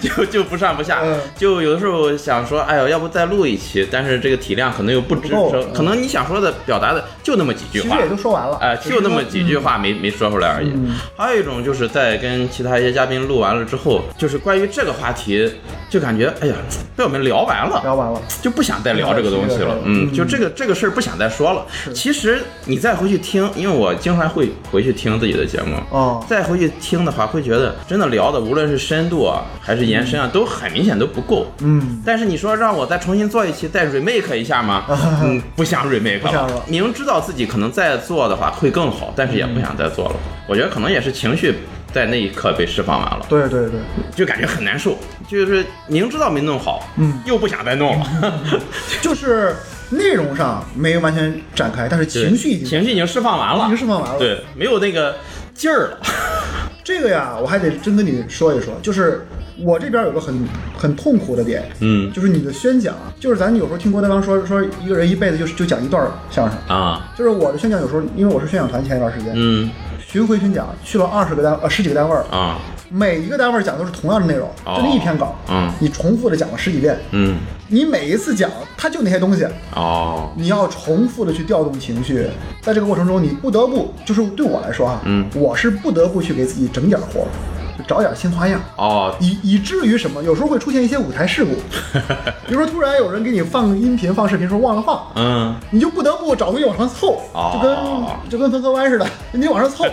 [SPEAKER 1] 就就不上不下
[SPEAKER 2] 嗯，
[SPEAKER 1] 就有的时候想说，哎呦，要不再录一期，但是这个体量可能又不支
[SPEAKER 2] 不够嗯
[SPEAKER 1] 撑，可能你想说的表达的就那么几句
[SPEAKER 2] 其
[SPEAKER 1] 话
[SPEAKER 2] 实，也就说完了，
[SPEAKER 1] 哎，
[SPEAKER 2] 只是
[SPEAKER 1] 就那
[SPEAKER 2] 说嗯
[SPEAKER 1] 么几句话没、没说出来而已。还有一种就是在跟其他一些嘉宾录完了之后，就是关于这个话题，就感觉哎呀，被我们聊完了，
[SPEAKER 2] 嗯聊完了。
[SPEAKER 1] 就不想再聊这个东西了，嗯，就这个这个事儿不想再说了。其实你再回去听，因为我经常会回去听自己的节目，
[SPEAKER 2] 哦
[SPEAKER 1] 再回去听的话，会觉得真的聊的无论是深度啊还是延伸啊，都很明显都不够，
[SPEAKER 2] 嗯。
[SPEAKER 1] 但是你说让我再重新做一期，再 remake 一下吗？嗯，不想 remake
[SPEAKER 2] 啊不想
[SPEAKER 1] 了
[SPEAKER 2] 了。
[SPEAKER 1] 明知道自己可能再做的话会更好，但是也不
[SPEAKER 2] 嗯
[SPEAKER 1] 想再做了。我觉得可能也是情绪在那一刻被释放完了。
[SPEAKER 2] 对对对，
[SPEAKER 1] 就感觉很难受，就是明知道没弄好，
[SPEAKER 2] 嗯，
[SPEAKER 1] 又不想再弄了，
[SPEAKER 2] 就是内容上没有完全展开，但是
[SPEAKER 1] 对
[SPEAKER 2] 情绪已经
[SPEAKER 1] 情绪已经释放完了，
[SPEAKER 2] 已经释放完了。，
[SPEAKER 1] 对，没有那个劲儿了，
[SPEAKER 2] 这个呀，我还得真跟你说一说，就是我这边有个很很痛苦的点，
[SPEAKER 1] 嗯
[SPEAKER 2] 就是你的宣讲，就是咱有时候听郭德纲说说一个人一辈子就就讲一段相声，
[SPEAKER 1] 啊，
[SPEAKER 2] 就是我的宣讲有时候，因为我是宣讲团前一段时间、
[SPEAKER 1] 嗯
[SPEAKER 2] 巡回宣讲去了二十个单呃十几个单位儿，
[SPEAKER 1] 啊，
[SPEAKER 2] 每一个单位儿讲都是同样的内容，
[SPEAKER 1] 哦
[SPEAKER 2] 就那一篇稿，
[SPEAKER 1] 嗯
[SPEAKER 2] 你重复的讲了十几遍，
[SPEAKER 1] 嗯，
[SPEAKER 2] 你每一次讲它就那些东西，
[SPEAKER 1] 哦，
[SPEAKER 2] 你要重复的去调动情绪，在这个过程中，你不得不就是对我来说啊，
[SPEAKER 1] 嗯
[SPEAKER 2] 我是不得不去给自己整点活儿，就找点新花样，
[SPEAKER 1] 哦，
[SPEAKER 2] 以以至于什么，有时候会出现一些舞台 事故，比如说突然有人给你放音频、放视频，说忘了放，
[SPEAKER 1] 嗯，
[SPEAKER 2] 你就不得不找东西往上凑，
[SPEAKER 1] 哦
[SPEAKER 2] 就跟就跟分科湾似的，你往上 凑，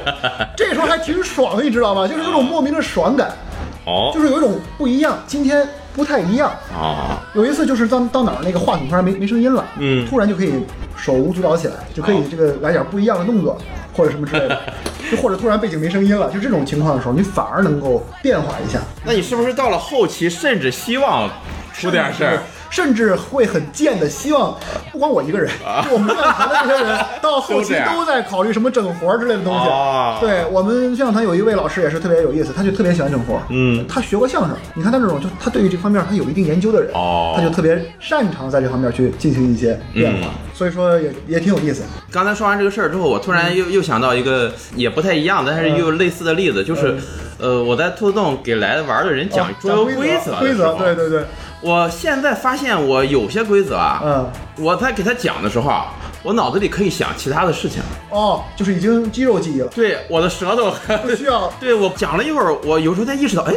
[SPEAKER 2] 这时候还挺爽的，你知道吗？就是有种莫名的爽感，
[SPEAKER 1] 哦，
[SPEAKER 2] 就是有一种不一样，今天不太一样，
[SPEAKER 1] 哦，
[SPEAKER 2] 有一次就是到到哪儿那个话筒突然没没声音了，
[SPEAKER 1] 嗯
[SPEAKER 2] 突然就可以手舞足蹈起来，就可以这个来点不一样的动作或者什么之类的，就或者突然背景没声音了，就这种情况的时候，你反而能够变化一下，
[SPEAKER 1] 那你是不是到了后期，甚至希望出点事儿？
[SPEAKER 2] 甚至会很贱的希望，不光我一个人，
[SPEAKER 1] 啊
[SPEAKER 2] 就我们乐坛的这些人， 到后
[SPEAKER 1] 都这
[SPEAKER 2] 期
[SPEAKER 1] 样
[SPEAKER 2] 都在考虑什么整活儿之类的东西
[SPEAKER 1] 哦。
[SPEAKER 2] 对我们相声团有一位老师也是特别有意思，他就特别喜欢整活儿。
[SPEAKER 1] 嗯
[SPEAKER 2] 他学过相声，你看他这种，就他对于这方面他有一定研究的人，
[SPEAKER 1] 哦
[SPEAKER 2] 他就特别擅长在这方面去进行一些变化，
[SPEAKER 1] 嗯
[SPEAKER 2] 所以说也也挺有意思。
[SPEAKER 1] 刚才说完这个事儿之后，我突然又、又想到一个也不太一样，但是
[SPEAKER 2] 嗯
[SPEAKER 1] 又类似的例子，就是，呃，我在兔洞给来玩的人讲桌游
[SPEAKER 2] 规
[SPEAKER 1] 则的
[SPEAKER 2] 哦规
[SPEAKER 1] 时候
[SPEAKER 2] 则，对对对，
[SPEAKER 1] 我现在发现我有些规则啊，
[SPEAKER 2] 嗯，
[SPEAKER 1] 我在给他讲的时候啊，我脑子里可以想其他的事情，
[SPEAKER 2] 哦，就是已经肌肉记忆了，
[SPEAKER 1] 对，我的舌头
[SPEAKER 2] 不需要
[SPEAKER 1] 对我讲了一会儿，我有时候才意识到，哎，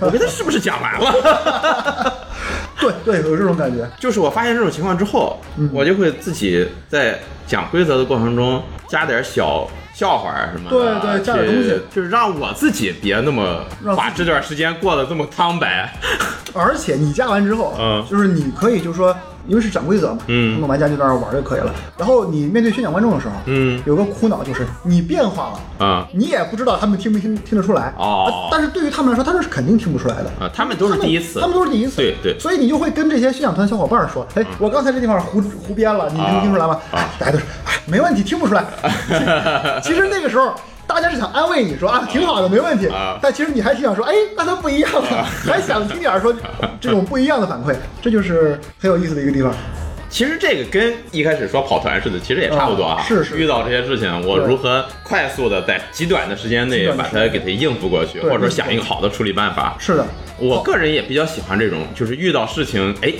[SPEAKER 1] 我跟他是不是讲完了？
[SPEAKER 2] 对对，有这种感觉。
[SPEAKER 1] 就是我发现这种情况之后，
[SPEAKER 2] 嗯
[SPEAKER 1] 我就会自己在讲规则的过程中加点小笑话啊什么的，
[SPEAKER 2] 对对加点东西
[SPEAKER 1] 去就是让我自己别那么
[SPEAKER 2] 让自己
[SPEAKER 1] 把这段时间过得这么苍白。
[SPEAKER 2] 而且你加完之后，
[SPEAKER 1] 嗯
[SPEAKER 2] 就是你可以就说因为是讲规则嘛，
[SPEAKER 1] 嗯
[SPEAKER 2] 他们玩家就在那儿玩就可以了。然后你面对宣讲观众的时候，
[SPEAKER 1] 嗯
[SPEAKER 2] 有个苦恼就是你变化了，
[SPEAKER 1] 啊
[SPEAKER 2] 你也不知道他们听没听听得出来
[SPEAKER 1] 哦
[SPEAKER 2] 啊但是对于他们来说，他们是肯定听不出来的。
[SPEAKER 1] 啊，他们都是第一次
[SPEAKER 2] 他，们都是第一次，
[SPEAKER 1] 对对
[SPEAKER 2] 所以你就会跟这些宣讲团小伙伴说，哎，我刚才这地方胡胡编了，你
[SPEAKER 1] 啊
[SPEAKER 2] 能听出来吗？
[SPEAKER 1] 啊
[SPEAKER 2] 哎，大家都说，哎，没问题，听不出 来。 其实那个时候。大家是想安慰你说啊，挺好的，没问题。
[SPEAKER 1] 啊
[SPEAKER 2] 但其实你还挺想说，哎，那它不一样了， 还想听点 儿说这种不一样的反馈，这就是很有意思的一个地方。
[SPEAKER 1] 其实这个跟一开始说跑团似的，其实也差不多啊。
[SPEAKER 2] 啊是是
[SPEAKER 1] 遇到这些事情，我
[SPEAKER 2] 对
[SPEAKER 1] 如何快速的在极短的时间内
[SPEAKER 2] 极短
[SPEAKER 1] 把
[SPEAKER 2] 的时
[SPEAKER 1] 它
[SPEAKER 2] 间
[SPEAKER 1] 给它应付过去，
[SPEAKER 2] 对嗯
[SPEAKER 1] 或者说
[SPEAKER 2] 应付
[SPEAKER 1] 想一个好的处理办法。
[SPEAKER 2] 是的，
[SPEAKER 1] 我个人也比较喜欢这种，就是遇到事情，哎，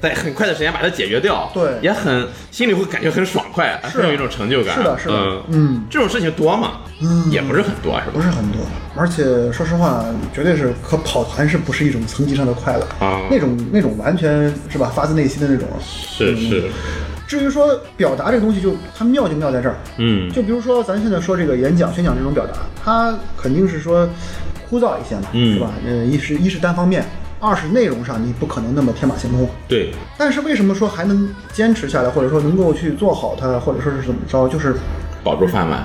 [SPEAKER 1] 在很快的时间把它解决掉，
[SPEAKER 2] 对
[SPEAKER 1] 也很心里会感觉很爽快，
[SPEAKER 2] 是啊
[SPEAKER 1] 很有一种成就感。
[SPEAKER 2] 是的是的
[SPEAKER 1] 嗯
[SPEAKER 2] 嗯
[SPEAKER 1] 这种事情多吗？
[SPEAKER 2] 嗯
[SPEAKER 1] 也不是很多，是
[SPEAKER 2] 不
[SPEAKER 1] 吧？
[SPEAKER 2] 是很多，而且说实话，绝对是和跑团是不是一种层级上的快乐
[SPEAKER 1] 啊
[SPEAKER 2] 那种那种完全是吧，发自内心的那种。
[SPEAKER 1] 是是，
[SPEAKER 2] 嗯至于说表达这个东西就，它妙就妙在这儿。
[SPEAKER 1] 嗯，
[SPEAKER 2] 就比如说咱现在说这个演讲、宣讲这种表达，它肯定是说枯燥一些嘛，
[SPEAKER 1] 嗯
[SPEAKER 2] 是吧？呃，一是一是单方面，二是内容上你不可能那么天马行空。
[SPEAKER 1] 对，
[SPEAKER 2] 但是为什么说还能坚持下来，或者说能够去做好它，或者说是怎么着？就是
[SPEAKER 1] 保住饭碗。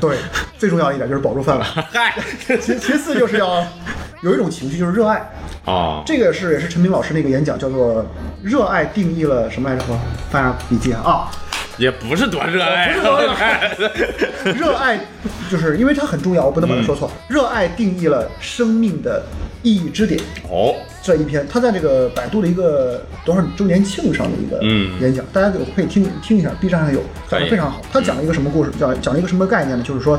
[SPEAKER 2] 对， 最重要一点就是保住饭碗。
[SPEAKER 1] 嗨，
[SPEAKER 2] 其其次就是要有一种情绪，就是热爱。
[SPEAKER 1] 哦，
[SPEAKER 2] 这个是也是陈明老师那个演讲叫做“热爱定义了什么来着”，我翻下笔记啊。啊
[SPEAKER 1] 也不是多热爱，
[SPEAKER 2] 不是多热 热爱就是因为它很重要，我不能把
[SPEAKER 1] 嗯
[SPEAKER 2] 它说错。热爱定义了生命的意义支点。
[SPEAKER 1] 哦，
[SPEAKER 2] 这一篇，他在这个百度的一个多少周年庆上的一个
[SPEAKER 1] 嗯
[SPEAKER 2] 演讲，大家有可以听听一下，B 站上有，讲
[SPEAKER 1] 可
[SPEAKER 2] 的
[SPEAKER 1] 以
[SPEAKER 2] 非常好。他讲了一个什么故事？讲讲了一个什么概念呢？就是说，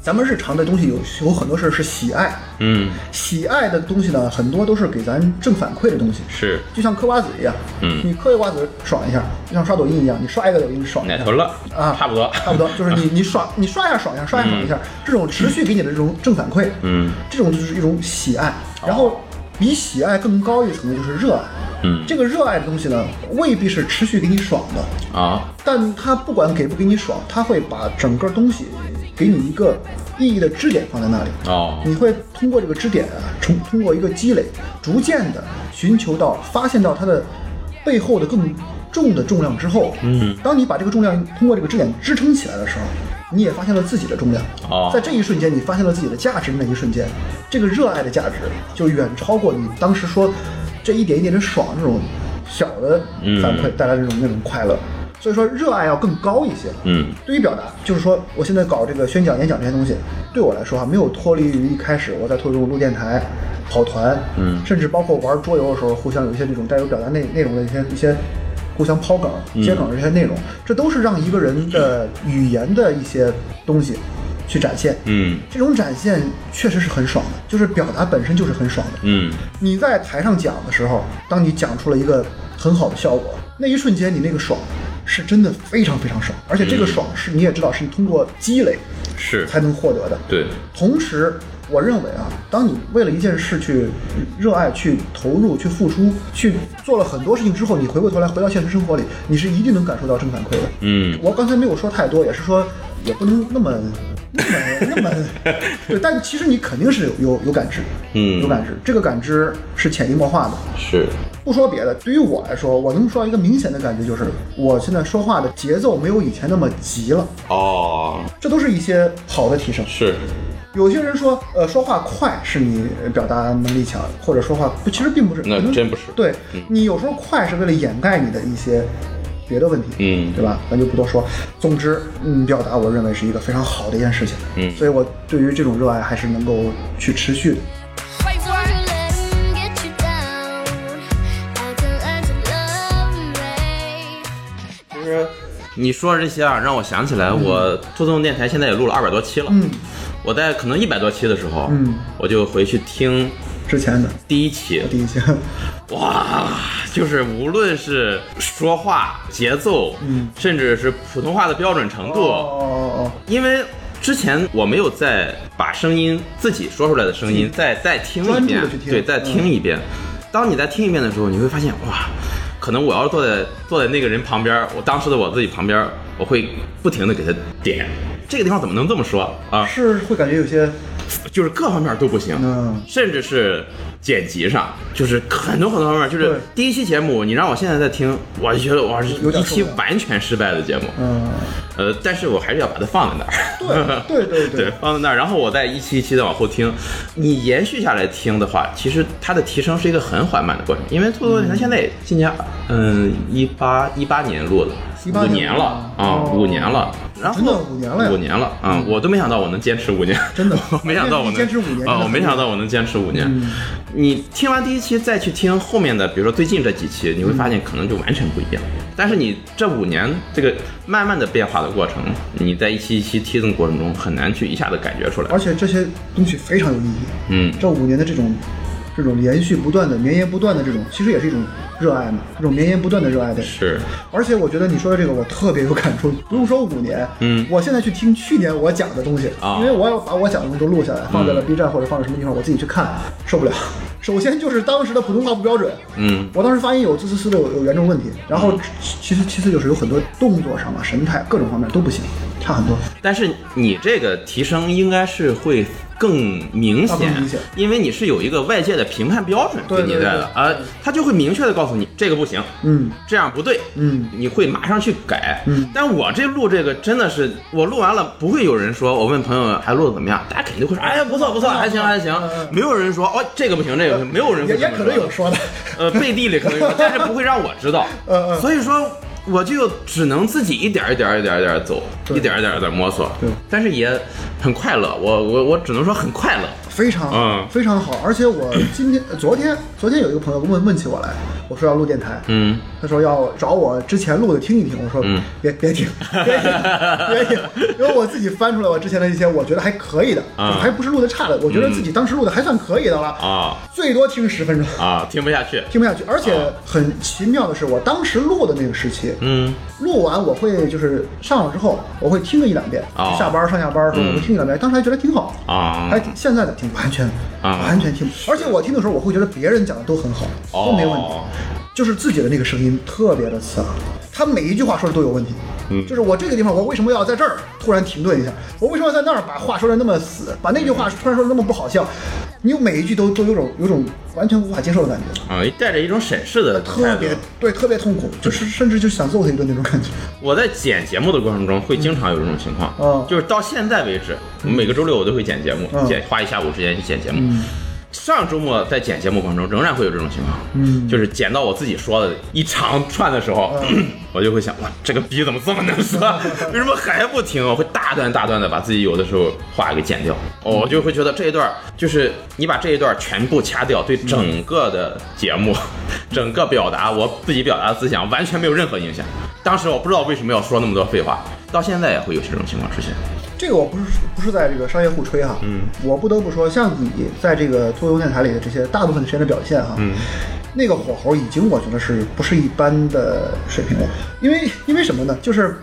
[SPEAKER 2] 咱们日常的东西有有很多事是喜爱，
[SPEAKER 1] 嗯，
[SPEAKER 2] 喜爱的东西呢，很多都是给咱正反馈的东西，
[SPEAKER 1] 是
[SPEAKER 2] 就像嗑瓜子一样，
[SPEAKER 1] 嗯
[SPEAKER 2] 你嗑一瓜子爽一下，就像刷抖音一样，你刷一个抖音爽一
[SPEAKER 1] 奶
[SPEAKER 2] 下，
[SPEAKER 1] 头了
[SPEAKER 2] 啊，
[SPEAKER 1] 差不多
[SPEAKER 2] 差不多，就是 你你刷你刷一下爽一下，刷一下爽一下，这种持续给你的这种正反馈，
[SPEAKER 1] 嗯，
[SPEAKER 2] 这种就是一种喜爱，然后比喜爱更高一层的就是热爱，
[SPEAKER 1] 嗯
[SPEAKER 2] 这个热爱的东西呢，未必是持续给你爽的，
[SPEAKER 1] 啊，
[SPEAKER 2] 但它不管给不给你爽，它会把整个东西给你一个意义的支点放在那里，
[SPEAKER 1] 哦，
[SPEAKER 2] 你会通过这个支点啊，从通过一个积累，逐渐的寻求到、发现到它的背后的更重的重量之后，
[SPEAKER 1] 嗯，
[SPEAKER 2] 当你把这个重量通过这个支点支撑起来的时候，你也发现了自己的重量。
[SPEAKER 1] 哦
[SPEAKER 2] 在这一瞬间，你发现了自己的价值，那一瞬间，这个热爱的价值就远超过你当时说这一点一点的爽这种小的反馈带来的那种那种快乐。所以说，热爱要更高一些。
[SPEAKER 1] 嗯，
[SPEAKER 2] 对于表达，就是说，我现在搞这个宣讲、演讲这些东西，对我来说哈、没有脱离于一开始我在途中录电台、跑团，
[SPEAKER 1] 嗯
[SPEAKER 2] 甚至包括玩桌游的时候，互相有一些这种带有表达内内容的一些一些互相抛梗、
[SPEAKER 1] 嗯
[SPEAKER 2] 接梗的这些内容，这都是让一个人的语言的一些东西去展现。
[SPEAKER 1] 嗯
[SPEAKER 2] 这种展现确实是很爽的，就是表达本身就是很爽的。
[SPEAKER 1] 嗯，
[SPEAKER 2] 你在台上讲的时候，当你讲出了一个很好的效果，那一瞬间你那个爽，是真的非常非常爽，而且这个爽是你也知道是通过积累
[SPEAKER 1] 嗯是，
[SPEAKER 2] 才能获得的。
[SPEAKER 1] 对，
[SPEAKER 2] 同时，我认为啊，当你为了一件事去热爱、去投入、去付出、去做了很多事情之后，你回过头来回到现实生活里，你是一定能感受到正反馈的。
[SPEAKER 1] 嗯，
[SPEAKER 2] 我刚才没有说太多，也是说也不能那么。那么那么，对，但其实你肯定是有有有感知，
[SPEAKER 1] 嗯
[SPEAKER 2] 有感知，这个感知是潜移默化的。
[SPEAKER 1] 是，
[SPEAKER 2] 不说别的，对于我来说，我能说到一个明显的感觉，就是我现在说话的节奏没有以前那么急了，
[SPEAKER 1] 哦，
[SPEAKER 2] 这都是一些好的提升。
[SPEAKER 1] 是，
[SPEAKER 2] 有些人说，呃，说话快是你表达能力强，或者说话不，其实并不是，
[SPEAKER 1] 那
[SPEAKER 2] 可能
[SPEAKER 1] 真不是嗯
[SPEAKER 2] 对、你有时候快是为了掩盖你的一些别的问题，
[SPEAKER 1] 嗯
[SPEAKER 2] 对吧？咱就不多说。总之，嗯，表达我认为是一个非常好的一件事情，
[SPEAKER 1] 嗯
[SPEAKER 2] 所以我对于这种热爱还是能够去持续的。
[SPEAKER 3] Wait, what? Don't you let 'em get you down. I can learn to love me.
[SPEAKER 1] 就是你说这些啊，让我想起来，我兔动电台现在也录了二百多期了，
[SPEAKER 2] 嗯，
[SPEAKER 1] 我在可能一百多期的时候，
[SPEAKER 2] 嗯，
[SPEAKER 1] 我就回去听
[SPEAKER 2] 之前的
[SPEAKER 1] 第一期，
[SPEAKER 2] 第 一期，
[SPEAKER 1] 哇，就是无论是说话节奏，
[SPEAKER 2] 嗯
[SPEAKER 1] 甚至是普通话的标准程度，
[SPEAKER 2] 哦哦哦，
[SPEAKER 1] 因为之前我没有再把声音自己说出来的声音再再听一
[SPEAKER 2] 嗯专注
[SPEAKER 1] 遍
[SPEAKER 2] 地去，听嗯
[SPEAKER 1] 对，再听一遍。当你在听一遍的时候，你会发现哇，可能我要是坐在坐在那个人旁边儿，我当时的我自己旁边儿，我会不停的给他点。这个地方怎么
[SPEAKER 2] 哦
[SPEAKER 1] 能这么说啊？
[SPEAKER 2] 是会感觉有些，
[SPEAKER 1] 就是各方面都不行，
[SPEAKER 2] 嗯
[SPEAKER 1] 甚至是剪辑上，就是很多很多方面，就是
[SPEAKER 2] 对
[SPEAKER 1] 第一期节目你让我现在在听，我就觉得哇，
[SPEAKER 2] 有
[SPEAKER 1] 一
[SPEAKER 2] 点受不了
[SPEAKER 1] 期完全失败的节目，
[SPEAKER 2] 嗯，
[SPEAKER 1] 呃，但是我还是要把它放在那儿。
[SPEAKER 2] 对对对
[SPEAKER 1] 对，放在那儿，然后我再一期一期的往后听。你延续下来听的话，其实它的提升是一个很缓慢的过程，因为《兔兔它现在今年，嗯，一八一八年录的，
[SPEAKER 2] 18
[SPEAKER 1] 五
[SPEAKER 2] 年
[SPEAKER 1] 年
[SPEAKER 2] 录
[SPEAKER 1] 了
[SPEAKER 2] 的
[SPEAKER 1] 啊，
[SPEAKER 2] 哦
[SPEAKER 1] 五年了。然后
[SPEAKER 2] 真的五年了呀嗯
[SPEAKER 1] 五年了啊！我都没想到我能坚持五年，
[SPEAKER 2] 真的
[SPEAKER 1] 我 没想到我能
[SPEAKER 2] 坚持五年真的
[SPEAKER 1] 啊！我没
[SPEAKER 2] 很厉害
[SPEAKER 1] 想到我能坚持五年。
[SPEAKER 2] 嗯
[SPEAKER 1] 你听完第一期再去听后面的，比如说最近这几
[SPEAKER 2] 嗯
[SPEAKER 1] 期，你会发现可能就完全不一样。但是你这五年这个慢慢的变化的过程，你在一期一期梯子的过程中，很难去一下子感觉出来
[SPEAKER 2] 而。且这些东西非常有意义。
[SPEAKER 1] 嗯，
[SPEAKER 2] 这五年的这种这种连续不断的、绵延不断的这种，其实也是一种热爱嘛，这种绵延不断的热爱的。
[SPEAKER 1] 是，
[SPEAKER 2] 而且我觉得你说的这个我特别有感触，不用说五年，
[SPEAKER 1] 嗯
[SPEAKER 2] 我现在去听去年我讲的东西，
[SPEAKER 1] 啊嗯
[SPEAKER 2] 因为我要把我讲的东西都录下来，放在了 B 站或者放在什么地方，我自己去看，受不了。首先就是当时的普通话不标准，
[SPEAKER 1] 嗯，
[SPEAKER 2] 我当时发音有自私私的有有严重问题，然后其其次其次就是有很多动作上啊、神态各种方面都不行，差很多。
[SPEAKER 1] 但是你这个提升应该是会更明
[SPEAKER 2] 啊更
[SPEAKER 1] 显
[SPEAKER 2] 明显，
[SPEAKER 1] 因为你是有一个外界的评判标准
[SPEAKER 2] 对
[SPEAKER 1] 给你
[SPEAKER 2] 对
[SPEAKER 1] 在的，啊，他就会明确的告诉你这个不行，
[SPEAKER 2] 嗯，
[SPEAKER 1] 这样不对，
[SPEAKER 2] 嗯
[SPEAKER 1] 你会马上去改，
[SPEAKER 2] 嗯
[SPEAKER 1] 但我这录这个真的是，我录完了不会有人说，我问朋友还录的怎么样，大家肯定会说，哎呀不错不错，还行还行
[SPEAKER 2] 嗯嗯，
[SPEAKER 1] 没有人说哦这个不行这个不行，没有人会
[SPEAKER 2] 也
[SPEAKER 1] 这
[SPEAKER 2] 也
[SPEAKER 1] 么说
[SPEAKER 2] 可能
[SPEAKER 1] 的
[SPEAKER 2] 有说的，
[SPEAKER 1] 呃，背地里可能 有，但是不会让我知道。
[SPEAKER 2] 嗯嗯
[SPEAKER 1] 所以说，我就只能自己一点儿一点儿一点儿一点儿走，
[SPEAKER 2] 对
[SPEAKER 1] 一点儿一点儿的摸索。
[SPEAKER 2] 对
[SPEAKER 1] 但是也很快乐。我我我只能说很快乐。
[SPEAKER 2] 非常好、
[SPEAKER 1] 嗯
[SPEAKER 2] 非常好。而且我 今天、呃昨天、昨天有一个朋友问问起我来，我说要录电台，
[SPEAKER 1] 嗯，
[SPEAKER 2] 他说要找我之前录的听一听，我说、
[SPEAKER 1] 嗯
[SPEAKER 2] 别别听，别听，别 听，因为我自己翻出来我之前的一些我觉得还可以的，
[SPEAKER 1] 啊
[SPEAKER 2] 还不是录的差的，我觉得自己当时录的还算可以的了，
[SPEAKER 1] 啊
[SPEAKER 2] 最多听十分钟。
[SPEAKER 1] 啊，听不下去。
[SPEAKER 2] 听不下去，而且很奇妙的是，我当时录的那个时期，
[SPEAKER 1] 嗯
[SPEAKER 2] 录完我会就是上网之后，我会听个一两遍，
[SPEAKER 1] 哦
[SPEAKER 2] 下班上下班的时候我会听一两遍，当时还觉得挺好，
[SPEAKER 1] 啊
[SPEAKER 2] 还挺现在的听完全、
[SPEAKER 1] 啊
[SPEAKER 2] 完全听不，而且我听的时候我会觉得别人讲的都很好，都没问题，
[SPEAKER 1] 哦
[SPEAKER 2] 就是自己的那个声音特别的刺耳，他每一句话说的都有问题。
[SPEAKER 1] 嗯
[SPEAKER 2] 就是我这个地方，我为什么要在这儿突然停顿一下？我为什么要在那儿把话说的那么死，把那句话突然说的那么不好笑？你每一句都都有种有种完全无法接受的感觉，
[SPEAKER 1] 啊，带着一种审视的态
[SPEAKER 2] 特
[SPEAKER 1] 度
[SPEAKER 2] 别。对，特别痛苦，就是甚至就想揍他一顿那种感觉。
[SPEAKER 1] 我在剪节目的过程中，会经常有这种情况，
[SPEAKER 2] 嗯
[SPEAKER 1] 就是到现在为止，每个周六我都会剪节目，
[SPEAKER 2] 嗯
[SPEAKER 1] 剪花一下午时间去剪节目。上周末在剪节目过程中，仍然会有这种情况，
[SPEAKER 2] 嗯
[SPEAKER 1] 就是剪到我自己说的一长串的时候， 我就会想，哇，这个逼怎么这么能 说？为什么还不听？我会大段大段的把自己有的时候话给剪掉，
[SPEAKER 2] 嗯
[SPEAKER 1] 哦，我就会觉得这一段就是你把这一段全部掐掉，对整个的节 目、整个表达我自己表达的思想完全没有任何影响。当时我不知道为什么要说那么多废话，到现在也会有这种情况出现。
[SPEAKER 2] 这个我不是不是在这个商业互吹哈，嗯，我不得不说，像你在这个脱口秀电台里的这些大部分时间的表现哈，嗯，那个火候已经我觉得是不是一般的水平了，因为因为什么呢？就是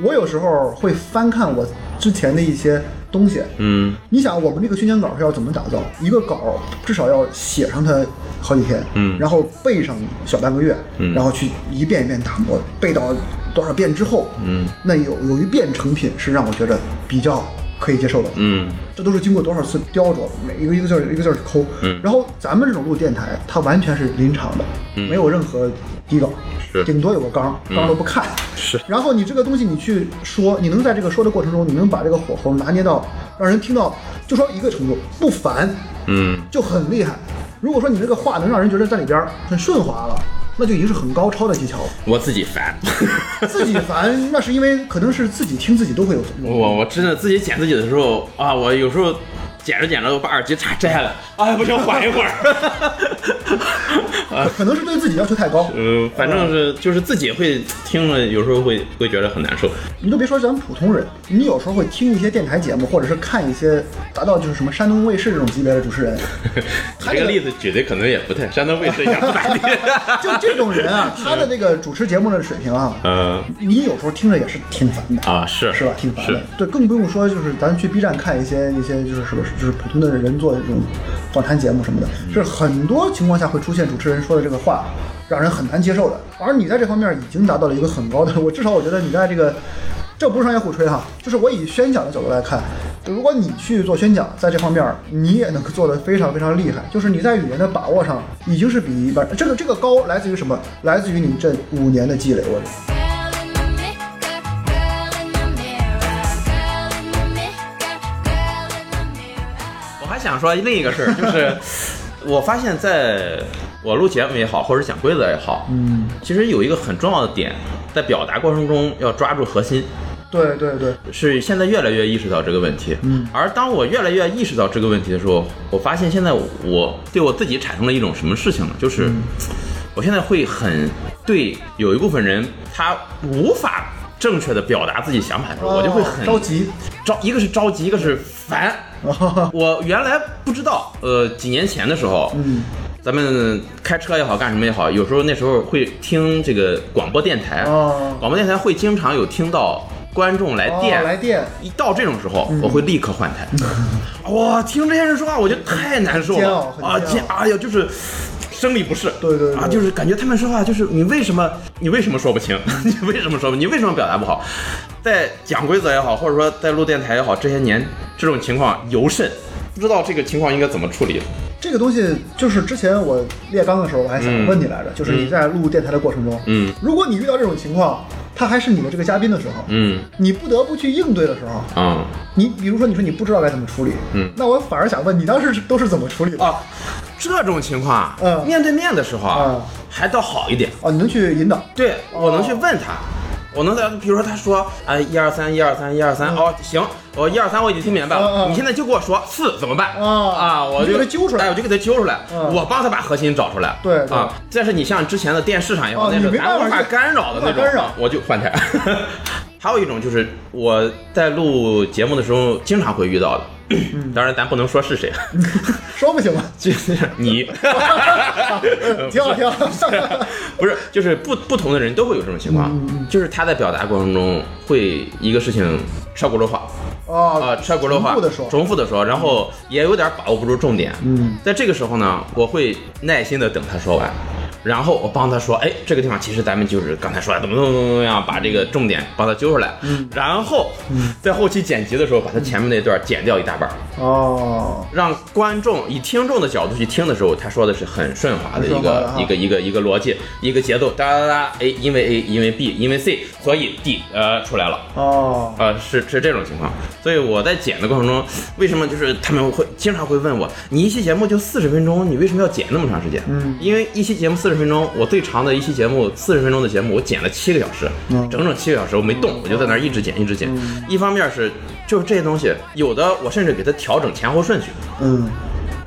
[SPEAKER 2] 我有时候会翻看我之前的一些东西，
[SPEAKER 1] 嗯
[SPEAKER 2] 你想我们这个宣讲稿是要怎么打造？一个稿至少要写上它好几天，
[SPEAKER 1] 嗯
[SPEAKER 2] 然后背上小半个月，
[SPEAKER 1] 嗯
[SPEAKER 2] 然后去一遍一遍打磨，背到多少遍之后，
[SPEAKER 1] 嗯，
[SPEAKER 2] 那有有一遍成品是让我觉得比较可以接受的，
[SPEAKER 1] 嗯
[SPEAKER 2] 这都是经过多少次雕琢，每一个一个字儿一个字儿去抠，
[SPEAKER 1] 嗯
[SPEAKER 2] 然后咱们这种录电台，它完全是临场的，没有任何底稿，
[SPEAKER 1] 嗯是嗯
[SPEAKER 2] 顶多有个纲，纲都不看，
[SPEAKER 1] 是
[SPEAKER 2] 然后你这个东西你去说，你能在这个说的过程中，你能把这个火候拿捏到让人听到，就说一个程度不烦，
[SPEAKER 1] 嗯
[SPEAKER 2] 就很厉害。如果说你这个话能让人觉得在里边儿很顺滑了，那就已经是很高超的技巧 了。
[SPEAKER 1] 我自己烦。
[SPEAKER 2] 自己烦，那是因为可能是自己听自己都会有。
[SPEAKER 1] 我我真的自己剪自己的时候啊，我有时候剪着剪着，我把耳机插摘了，哎，不行，缓一会儿。 啊，
[SPEAKER 2] 可能是对自己要求太高，
[SPEAKER 1] 嗯，反正是就是自己会听了，有时候会会觉得很难受。
[SPEAKER 2] 你都别说咱们普通人，你有时候会听一些电台节目，或者是看一些达到就是什么山东卫视这种级别的主持人，他
[SPEAKER 1] 这个
[SPEAKER 2] 个
[SPEAKER 1] 例子举的可能也不太，山东卫视也不咋地。
[SPEAKER 2] 就这种人 啊，他的这个主持节目的水平啊，
[SPEAKER 1] 嗯
[SPEAKER 2] 你有时候听着也是挺烦的。
[SPEAKER 1] 啊，是
[SPEAKER 2] 是吧？挺烦的
[SPEAKER 1] 是。
[SPEAKER 2] 对，更不用说就是咱去 B 站看一些一些就是是不是就是普通的人做的这种访谈节目什么的，
[SPEAKER 1] 嗯
[SPEAKER 2] 就是很多情况下会出现主持人说的这个话，让人很难接受的。而你在这方面已经达到了一个很高的，我至少我觉得你在这个。这不是商业互吹哈，就是我以宣讲的角度来看，如果你去做宣讲，在这方面儿你也能做得非常非常厉害，就是你在语言的把握上已经是比一般这个这个高来自于什么？来自于你这五年的积累，我觉得。
[SPEAKER 3] Girl in the mirror, girl in the mirror, girl in the mirror, girl in the mirror.
[SPEAKER 1] 我还想说另一个事儿，就是我发现，在我录节目也好，或者讲规则也好，
[SPEAKER 2] 嗯，
[SPEAKER 1] 其实有一个很重要的点，在表达过程中要抓住核心，
[SPEAKER 2] 对对对，
[SPEAKER 1] 是现在越来越意识到这个问题。嗯，而当我越来越意识到这个问题的时候，我发现现在我对我自己产生了一种什么事情呢？就是、
[SPEAKER 2] 嗯
[SPEAKER 1] 我现在会很对有一部分人，他无法正确的表达自己想法的时候，我就会很
[SPEAKER 2] 哦啊着急。哦
[SPEAKER 1] 着，一个是着急，一个是烦。我原来不知道，呃，几年前的时候，
[SPEAKER 2] 嗯，
[SPEAKER 1] 咱们开车也好，干什么也好，有时候那时候会听这个广播电台，
[SPEAKER 2] 哦
[SPEAKER 1] 广播电台会经常有听到观众来电，
[SPEAKER 2] 哦来电，
[SPEAKER 1] 一到这种时候，我会立刻换台。嗯 哇，听这些人说话，我觉得太难受
[SPEAKER 2] 煎
[SPEAKER 1] 了
[SPEAKER 2] 熬很
[SPEAKER 1] 啊！
[SPEAKER 2] 煎
[SPEAKER 1] 煎，哎呀，就是。生理不适，
[SPEAKER 2] 对对对
[SPEAKER 1] 啊，就是感觉他们说话，就是你为什么你为什么说不清， 你为什么说不，你为什么表达不好，在讲规则也好，或者说在录电台也好，这些年这种情况尤甚，不知道这个情况应该怎么处理。
[SPEAKER 2] 这个东西就是之前我列纲的时候，我还想问你来着，就是你在录电台的过程中，
[SPEAKER 1] 嗯
[SPEAKER 2] 如果你遇到这种情况，他还是你的这个嘉宾的时候，
[SPEAKER 1] 嗯
[SPEAKER 2] 你不得不去应对的时候，
[SPEAKER 1] 啊、
[SPEAKER 2] 你比如说你说你不知道该怎么处理，
[SPEAKER 1] 嗯
[SPEAKER 2] 那我反而想问你当时是都是怎么处理的？
[SPEAKER 1] 啊，这种情况啊，
[SPEAKER 2] 嗯
[SPEAKER 1] 面对面的时候啊
[SPEAKER 2] 嗯
[SPEAKER 1] 还倒好一点，
[SPEAKER 2] 哦，你能去引导，
[SPEAKER 1] 对我能去问他。我能在，比如说他说，哎，一二三，一二三，一二三，哦，行，我一二三我已经听明白
[SPEAKER 2] 嗯
[SPEAKER 1] 了，
[SPEAKER 2] 嗯
[SPEAKER 1] 你现在就给我说四怎么办
[SPEAKER 2] 嗯
[SPEAKER 1] 啊？我
[SPEAKER 2] 你就给他揪出来
[SPEAKER 1] 哎，我就给他揪出来，
[SPEAKER 2] 嗯
[SPEAKER 1] 我帮他把核心找出来，
[SPEAKER 2] 对对
[SPEAKER 1] 啊。但是你像之前的电视上也好，
[SPEAKER 2] 哦
[SPEAKER 1] 那
[SPEAKER 2] 你
[SPEAKER 1] 种
[SPEAKER 2] 没办
[SPEAKER 1] 咱
[SPEAKER 2] 法
[SPEAKER 1] 无法
[SPEAKER 2] 去
[SPEAKER 1] 干扰的那
[SPEAKER 2] 无
[SPEAKER 1] 种
[SPEAKER 2] 法干扰，
[SPEAKER 1] 我就换台。 还有一种就是我在录节目的时候经常会遇到的，
[SPEAKER 2] 嗯
[SPEAKER 1] 当然咱不能说是谁，
[SPEAKER 2] 说不行吗？
[SPEAKER 1] 就是 你，
[SPEAKER 2] 嗯挺好挺好，
[SPEAKER 1] 不是，就是不不同的人都会有这种情况，
[SPEAKER 2] 嗯
[SPEAKER 1] 就是他在表达过程中会一个事情车轱辘话啊，
[SPEAKER 2] 哦，
[SPEAKER 1] 车轱辘话，
[SPEAKER 2] 重复的说，
[SPEAKER 1] 重复的说，然后也有点把握不住重点。
[SPEAKER 2] 嗯，
[SPEAKER 1] 在这个时候呢，我会耐心的等他说完。然后我帮他说，哎，这个地方其实咱们就是刚才说的怎么怎么怎么怎么样，把这个重点帮他揪出来，嗯，然后在后期剪辑的时候把他前面那段剪掉一大半儿，
[SPEAKER 2] 哦，
[SPEAKER 1] 让观众以听众的角度去听的时候，他说的是很顺滑的一
[SPEAKER 2] 很顺滑的
[SPEAKER 1] 个
[SPEAKER 2] 哈
[SPEAKER 1] 一个一个一个逻辑，一个节奏，哒哒哒，哎，因为 A，因为 B，因为 C，所以 D，呃，出来了。
[SPEAKER 2] 哦，
[SPEAKER 1] 呃，是是这种情况，所以我在剪的过程中，为什么就是他们会经常会问我，你一期节目就四十分钟，你为什么要剪那么长时间？
[SPEAKER 2] 嗯
[SPEAKER 1] 因为一期节目四十分钟，我最长的一期节目四十分钟的节目，我剪了七个小时，
[SPEAKER 2] 嗯
[SPEAKER 1] 整整七个小时我没动，我就在那儿一直剪一直剪。一方面是就是这些东西，有的我甚至给它调整前后顺序，
[SPEAKER 2] 嗯，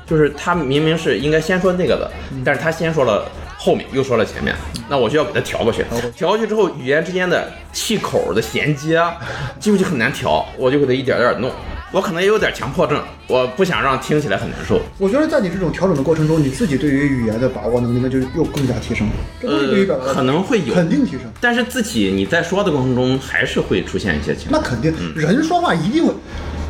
[SPEAKER 1] 就是他明明是应该先说那个的，但是他先说了后面，又说了前面，那我就要给他调过去
[SPEAKER 2] 调过去，
[SPEAKER 1] 调过去之后，语言之间的气口的衔接 啊，几乎就很难调，我就给他一点点弄。我可能也有点强迫症，我不想让听起来很难受。
[SPEAKER 2] 我觉得在你这种调整的过程中，你自己对于语言的把握能力那就又更加提升了，这都是对于表达
[SPEAKER 1] 呃，
[SPEAKER 2] 的
[SPEAKER 1] 可能会有，
[SPEAKER 2] 肯定提升，
[SPEAKER 1] 但是自己你在说的过程中还是会出现一些情
[SPEAKER 2] 那
[SPEAKER 1] 况。
[SPEAKER 2] 肯定人说话一定会。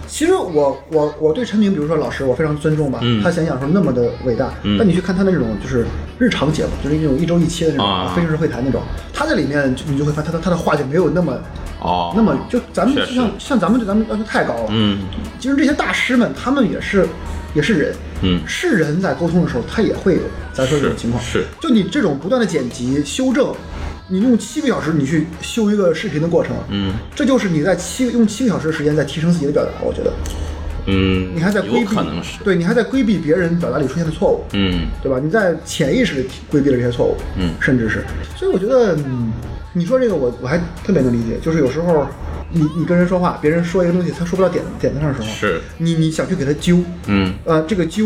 [SPEAKER 2] 其实我我我对陈明，比如说老师，我非常尊重吧，
[SPEAKER 1] 嗯
[SPEAKER 2] 他演讲时候那么的伟大，但你去看他那种就是日常节目，就是那种一周一期的那
[SPEAKER 1] 啊
[SPEAKER 2] 种非正式会谈那种，他在里面就你就会发现他的他的话就没有那么
[SPEAKER 1] 哦，
[SPEAKER 2] 那么就咱们
[SPEAKER 1] 确
[SPEAKER 2] 就
[SPEAKER 1] 实
[SPEAKER 2] 像像咱们对咱们要求太高了。
[SPEAKER 1] 嗯，
[SPEAKER 2] 其实这些大师们，他们也是也是人，
[SPEAKER 1] 嗯
[SPEAKER 2] 是人在沟通的时候，他也会有咱说这种
[SPEAKER 1] 是
[SPEAKER 2] 情况。
[SPEAKER 1] 是
[SPEAKER 2] 就你这种不断的剪辑修正，你用七个小时你去修一个视频的过程，
[SPEAKER 1] 嗯，
[SPEAKER 2] 这就是你在七用七个小时的时间在提升自己的表达，我觉得
[SPEAKER 1] 嗯，
[SPEAKER 2] 你还在
[SPEAKER 1] 有
[SPEAKER 2] 规避
[SPEAKER 1] 可能是，
[SPEAKER 2] 对你还在规避别人表达里出现的错误，
[SPEAKER 1] 嗯，
[SPEAKER 2] 对吧？你在潜意识里规避了这些错误，
[SPEAKER 1] 嗯
[SPEAKER 2] 甚至是，所以我觉得，嗯，你说这个我我还特别能理解，就是有时候你你跟人说话，别人说一个东西，他说不到点点子上的时候，
[SPEAKER 1] 是
[SPEAKER 2] 你你想去给他揪，
[SPEAKER 1] 嗯，
[SPEAKER 2] 呃，这个揪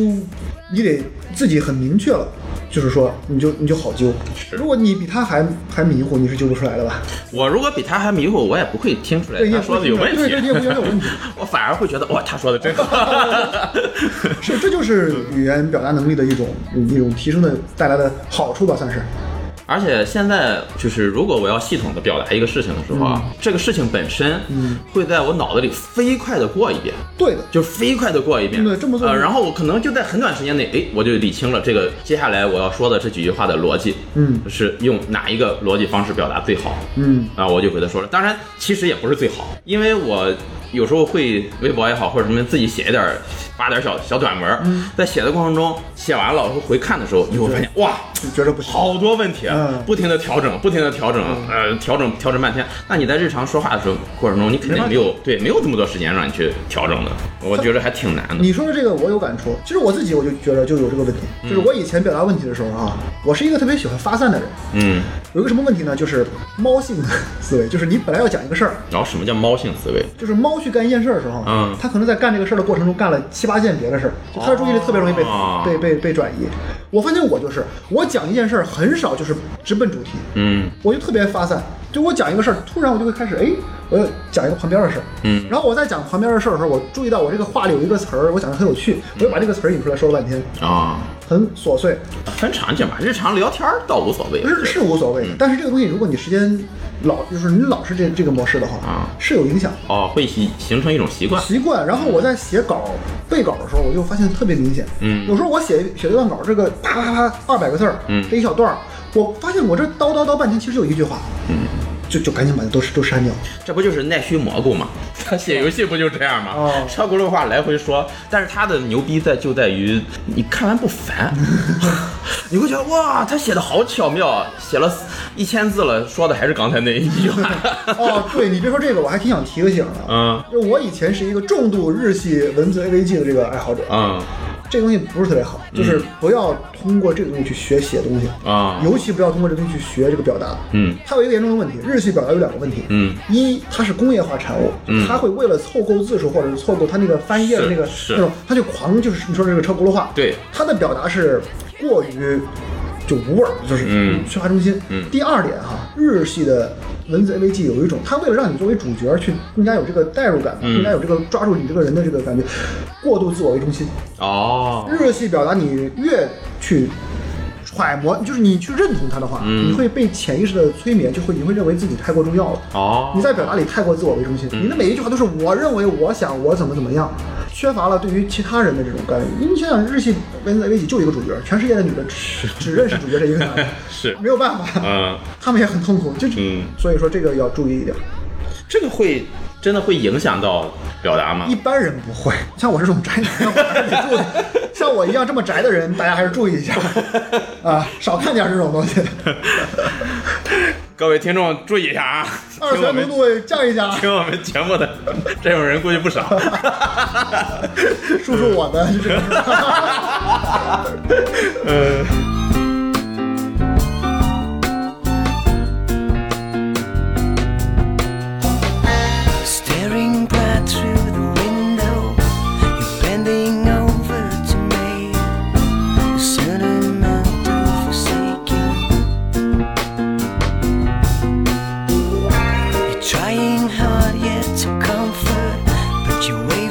[SPEAKER 2] 你得自己很明确了，就是说你就你就好揪，
[SPEAKER 1] 是
[SPEAKER 2] 如果你比他还还迷糊，你是揪不出来的吧？
[SPEAKER 1] 我如果比他还迷糊，我也不会听出来
[SPEAKER 2] 对，你也
[SPEAKER 1] 他
[SPEAKER 2] 不
[SPEAKER 1] 说的有问题。
[SPEAKER 2] 对对，你也不觉得有问题，
[SPEAKER 1] 我反而会觉得哇，他说的 真好。
[SPEAKER 2] 是这就是语言表达能力的一种一种提升的带来的好处吧，算是，
[SPEAKER 1] 而且现在就是，如果我要系统的表达一个事情的时候啊，
[SPEAKER 2] 嗯
[SPEAKER 1] 这个事情本身会在我脑子里飞快的过一遍，
[SPEAKER 2] 对的。
[SPEAKER 1] 就飞快的过一遍。
[SPEAKER 2] 对这么做
[SPEAKER 1] 呃，然后我可能就在很短时间内，哎，我就理清了这个接下来我要说的这几句话的逻辑，
[SPEAKER 2] 嗯
[SPEAKER 1] 是用哪一个逻辑方式表达最好。
[SPEAKER 2] 嗯，
[SPEAKER 1] 啊，我就给他说了。当然，其实也不是最好，因为我有时候会微博也好，或者什么自己写一点儿发点儿小小短文儿，
[SPEAKER 2] 嗯
[SPEAKER 1] 在写的过程中，写完了我回看的时候，你会发现哇，
[SPEAKER 2] 就觉得不行。
[SPEAKER 1] 好多问题，啊
[SPEAKER 2] 嗯
[SPEAKER 1] 不停的调整，不停的调整，呃，调整调整半天。那你在日常说话的时候过程中，你肯定没有对没有这么多时间让你去调整的，我觉得还挺难的。
[SPEAKER 2] 你说的这个我有感触，其实我自己我就觉得就有这个问题，
[SPEAKER 1] 嗯
[SPEAKER 2] 就是我以前表达问题的时候啊，我是一个特别喜欢发散的人。
[SPEAKER 1] 嗯，
[SPEAKER 2] 有一个什么问题呢？就是猫性的思维，就是你本来要讲一个事儿，
[SPEAKER 1] 然后什么叫猫性思维？
[SPEAKER 2] 就是猫去干一件事儿的时候，
[SPEAKER 1] 嗯
[SPEAKER 2] 它可能在干这个事儿的过程中干了七八件别的事儿，就它的注意力特别容易被、
[SPEAKER 1] 哦
[SPEAKER 2] 被被被转移。我发现我就是，我讲一件事儿很少就是直奔主题，
[SPEAKER 1] 嗯
[SPEAKER 2] 我就特别发散。就我讲一个事儿，突然我就会开始，哎，我要讲一个旁边的事儿，
[SPEAKER 1] 嗯
[SPEAKER 2] 然后我在讲旁边的事儿的时候，我注意到我这个话里有一个词儿，我讲的很有趣，我就把这个词儿引出来说了半天，
[SPEAKER 1] 啊，
[SPEAKER 2] 很琐碎，
[SPEAKER 1] 很常见吧，日常聊天儿倒无所谓。
[SPEAKER 2] 是是无
[SPEAKER 1] 嗯
[SPEAKER 2] 所谓的。但是这个东西，如果你时间老，就是你老是这这个模式的话，
[SPEAKER 1] 啊
[SPEAKER 2] 是有影响的。
[SPEAKER 1] 哦，会形形成一种习惯。
[SPEAKER 2] 习惯。然后我在写稿、背稿的时候，我就发现特别明显。
[SPEAKER 1] 嗯
[SPEAKER 2] 有时候我写写一段稿，这个啪啪啪二百个字儿，
[SPEAKER 1] 嗯
[SPEAKER 2] 这一小段儿，我发现我这叨叨叨半天，其实就一句话，
[SPEAKER 1] 嗯，
[SPEAKER 2] 就就赶紧把它都都删掉。
[SPEAKER 1] 这不就是奈须蘑菇 吗？他写游戏不就这样吗？
[SPEAKER 2] 哦
[SPEAKER 1] 车轱辘话来回说，但是他的牛逼在就在于你看完不 烦，你会觉得哇，他写的好巧妙，啊写了一千字了，说的还是刚才那一句话。
[SPEAKER 2] 哦，对你别说这个，我还挺想提个醒的。
[SPEAKER 1] 嗯
[SPEAKER 2] 就我以前是一个重度日系文字 AVG 的这个爱好者，
[SPEAKER 1] 嗯
[SPEAKER 2] 这东西不是特别好，就是不要通过这个东西去学写东西，
[SPEAKER 1] 啊
[SPEAKER 2] 尤其不要通过这个东西去学这个表达。
[SPEAKER 1] 嗯
[SPEAKER 2] 它有一个严重的问题，日系表达有两个问题，
[SPEAKER 1] 嗯，
[SPEAKER 2] 一它是工业化产物，
[SPEAKER 1] 嗯
[SPEAKER 2] 它会为了凑够字数或者是凑够它那个翻页的那个
[SPEAKER 1] 是是
[SPEAKER 2] 那种，它就狂就是你说这个车轱辘话，
[SPEAKER 1] 对
[SPEAKER 2] 它的表达是过于就无味儿，就是
[SPEAKER 1] 嗯
[SPEAKER 2] 缺乏中心。
[SPEAKER 1] 嗯
[SPEAKER 2] 第二点哈，日系的文字 AVG 有一种，它为了让你作为主角去应该有这个代入感，
[SPEAKER 1] 嗯
[SPEAKER 2] 应该有这个抓住你这个人的这个感觉，过度自我为中心。
[SPEAKER 1] 哦，
[SPEAKER 2] 日系表达你越去揣摩，就是你去认同它的话，
[SPEAKER 1] 嗯
[SPEAKER 2] 你会被潜意识的催眠，就会你会认为自己太过重要了。
[SPEAKER 1] 哦，嗯
[SPEAKER 2] 你在表达里太过自我为中心，你的每一句话都是我认为、我想、我怎么怎么样，缺乏了对于其他人的这种干预。因为你想想，日系文字 AV 里就一个主角，全世界的女的 只只认识主角这一个男的，
[SPEAKER 1] 是
[SPEAKER 2] 没有办法，
[SPEAKER 1] 嗯。
[SPEAKER 2] 他们也很痛苦，就
[SPEAKER 1] 嗯
[SPEAKER 2] 所以说这个要注意一点。
[SPEAKER 1] 这个会真的会影响到表达吗
[SPEAKER 2] 一？般人不会，像我这种宅男，我还是得注意。 像我一样这么宅的人，大家还是注意一下啊，少看点这种东 西，
[SPEAKER 1] 各位听众注意一下啊，
[SPEAKER 2] 二
[SPEAKER 1] 听我
[SPEAKER 2] 元
[SPEAKER 1] 们
[SPEAKER 2] 浓度降一 降，
[SPEAKER 1] 听我们节目的这种人估计不少。
[SPEAKER 2] 叔叔我们就这个。
[SPEAKER 4] Staring right through the window, you're bending over to me. A certain amount of forsaking. You're trying hard yet to comfort, but you're waiting.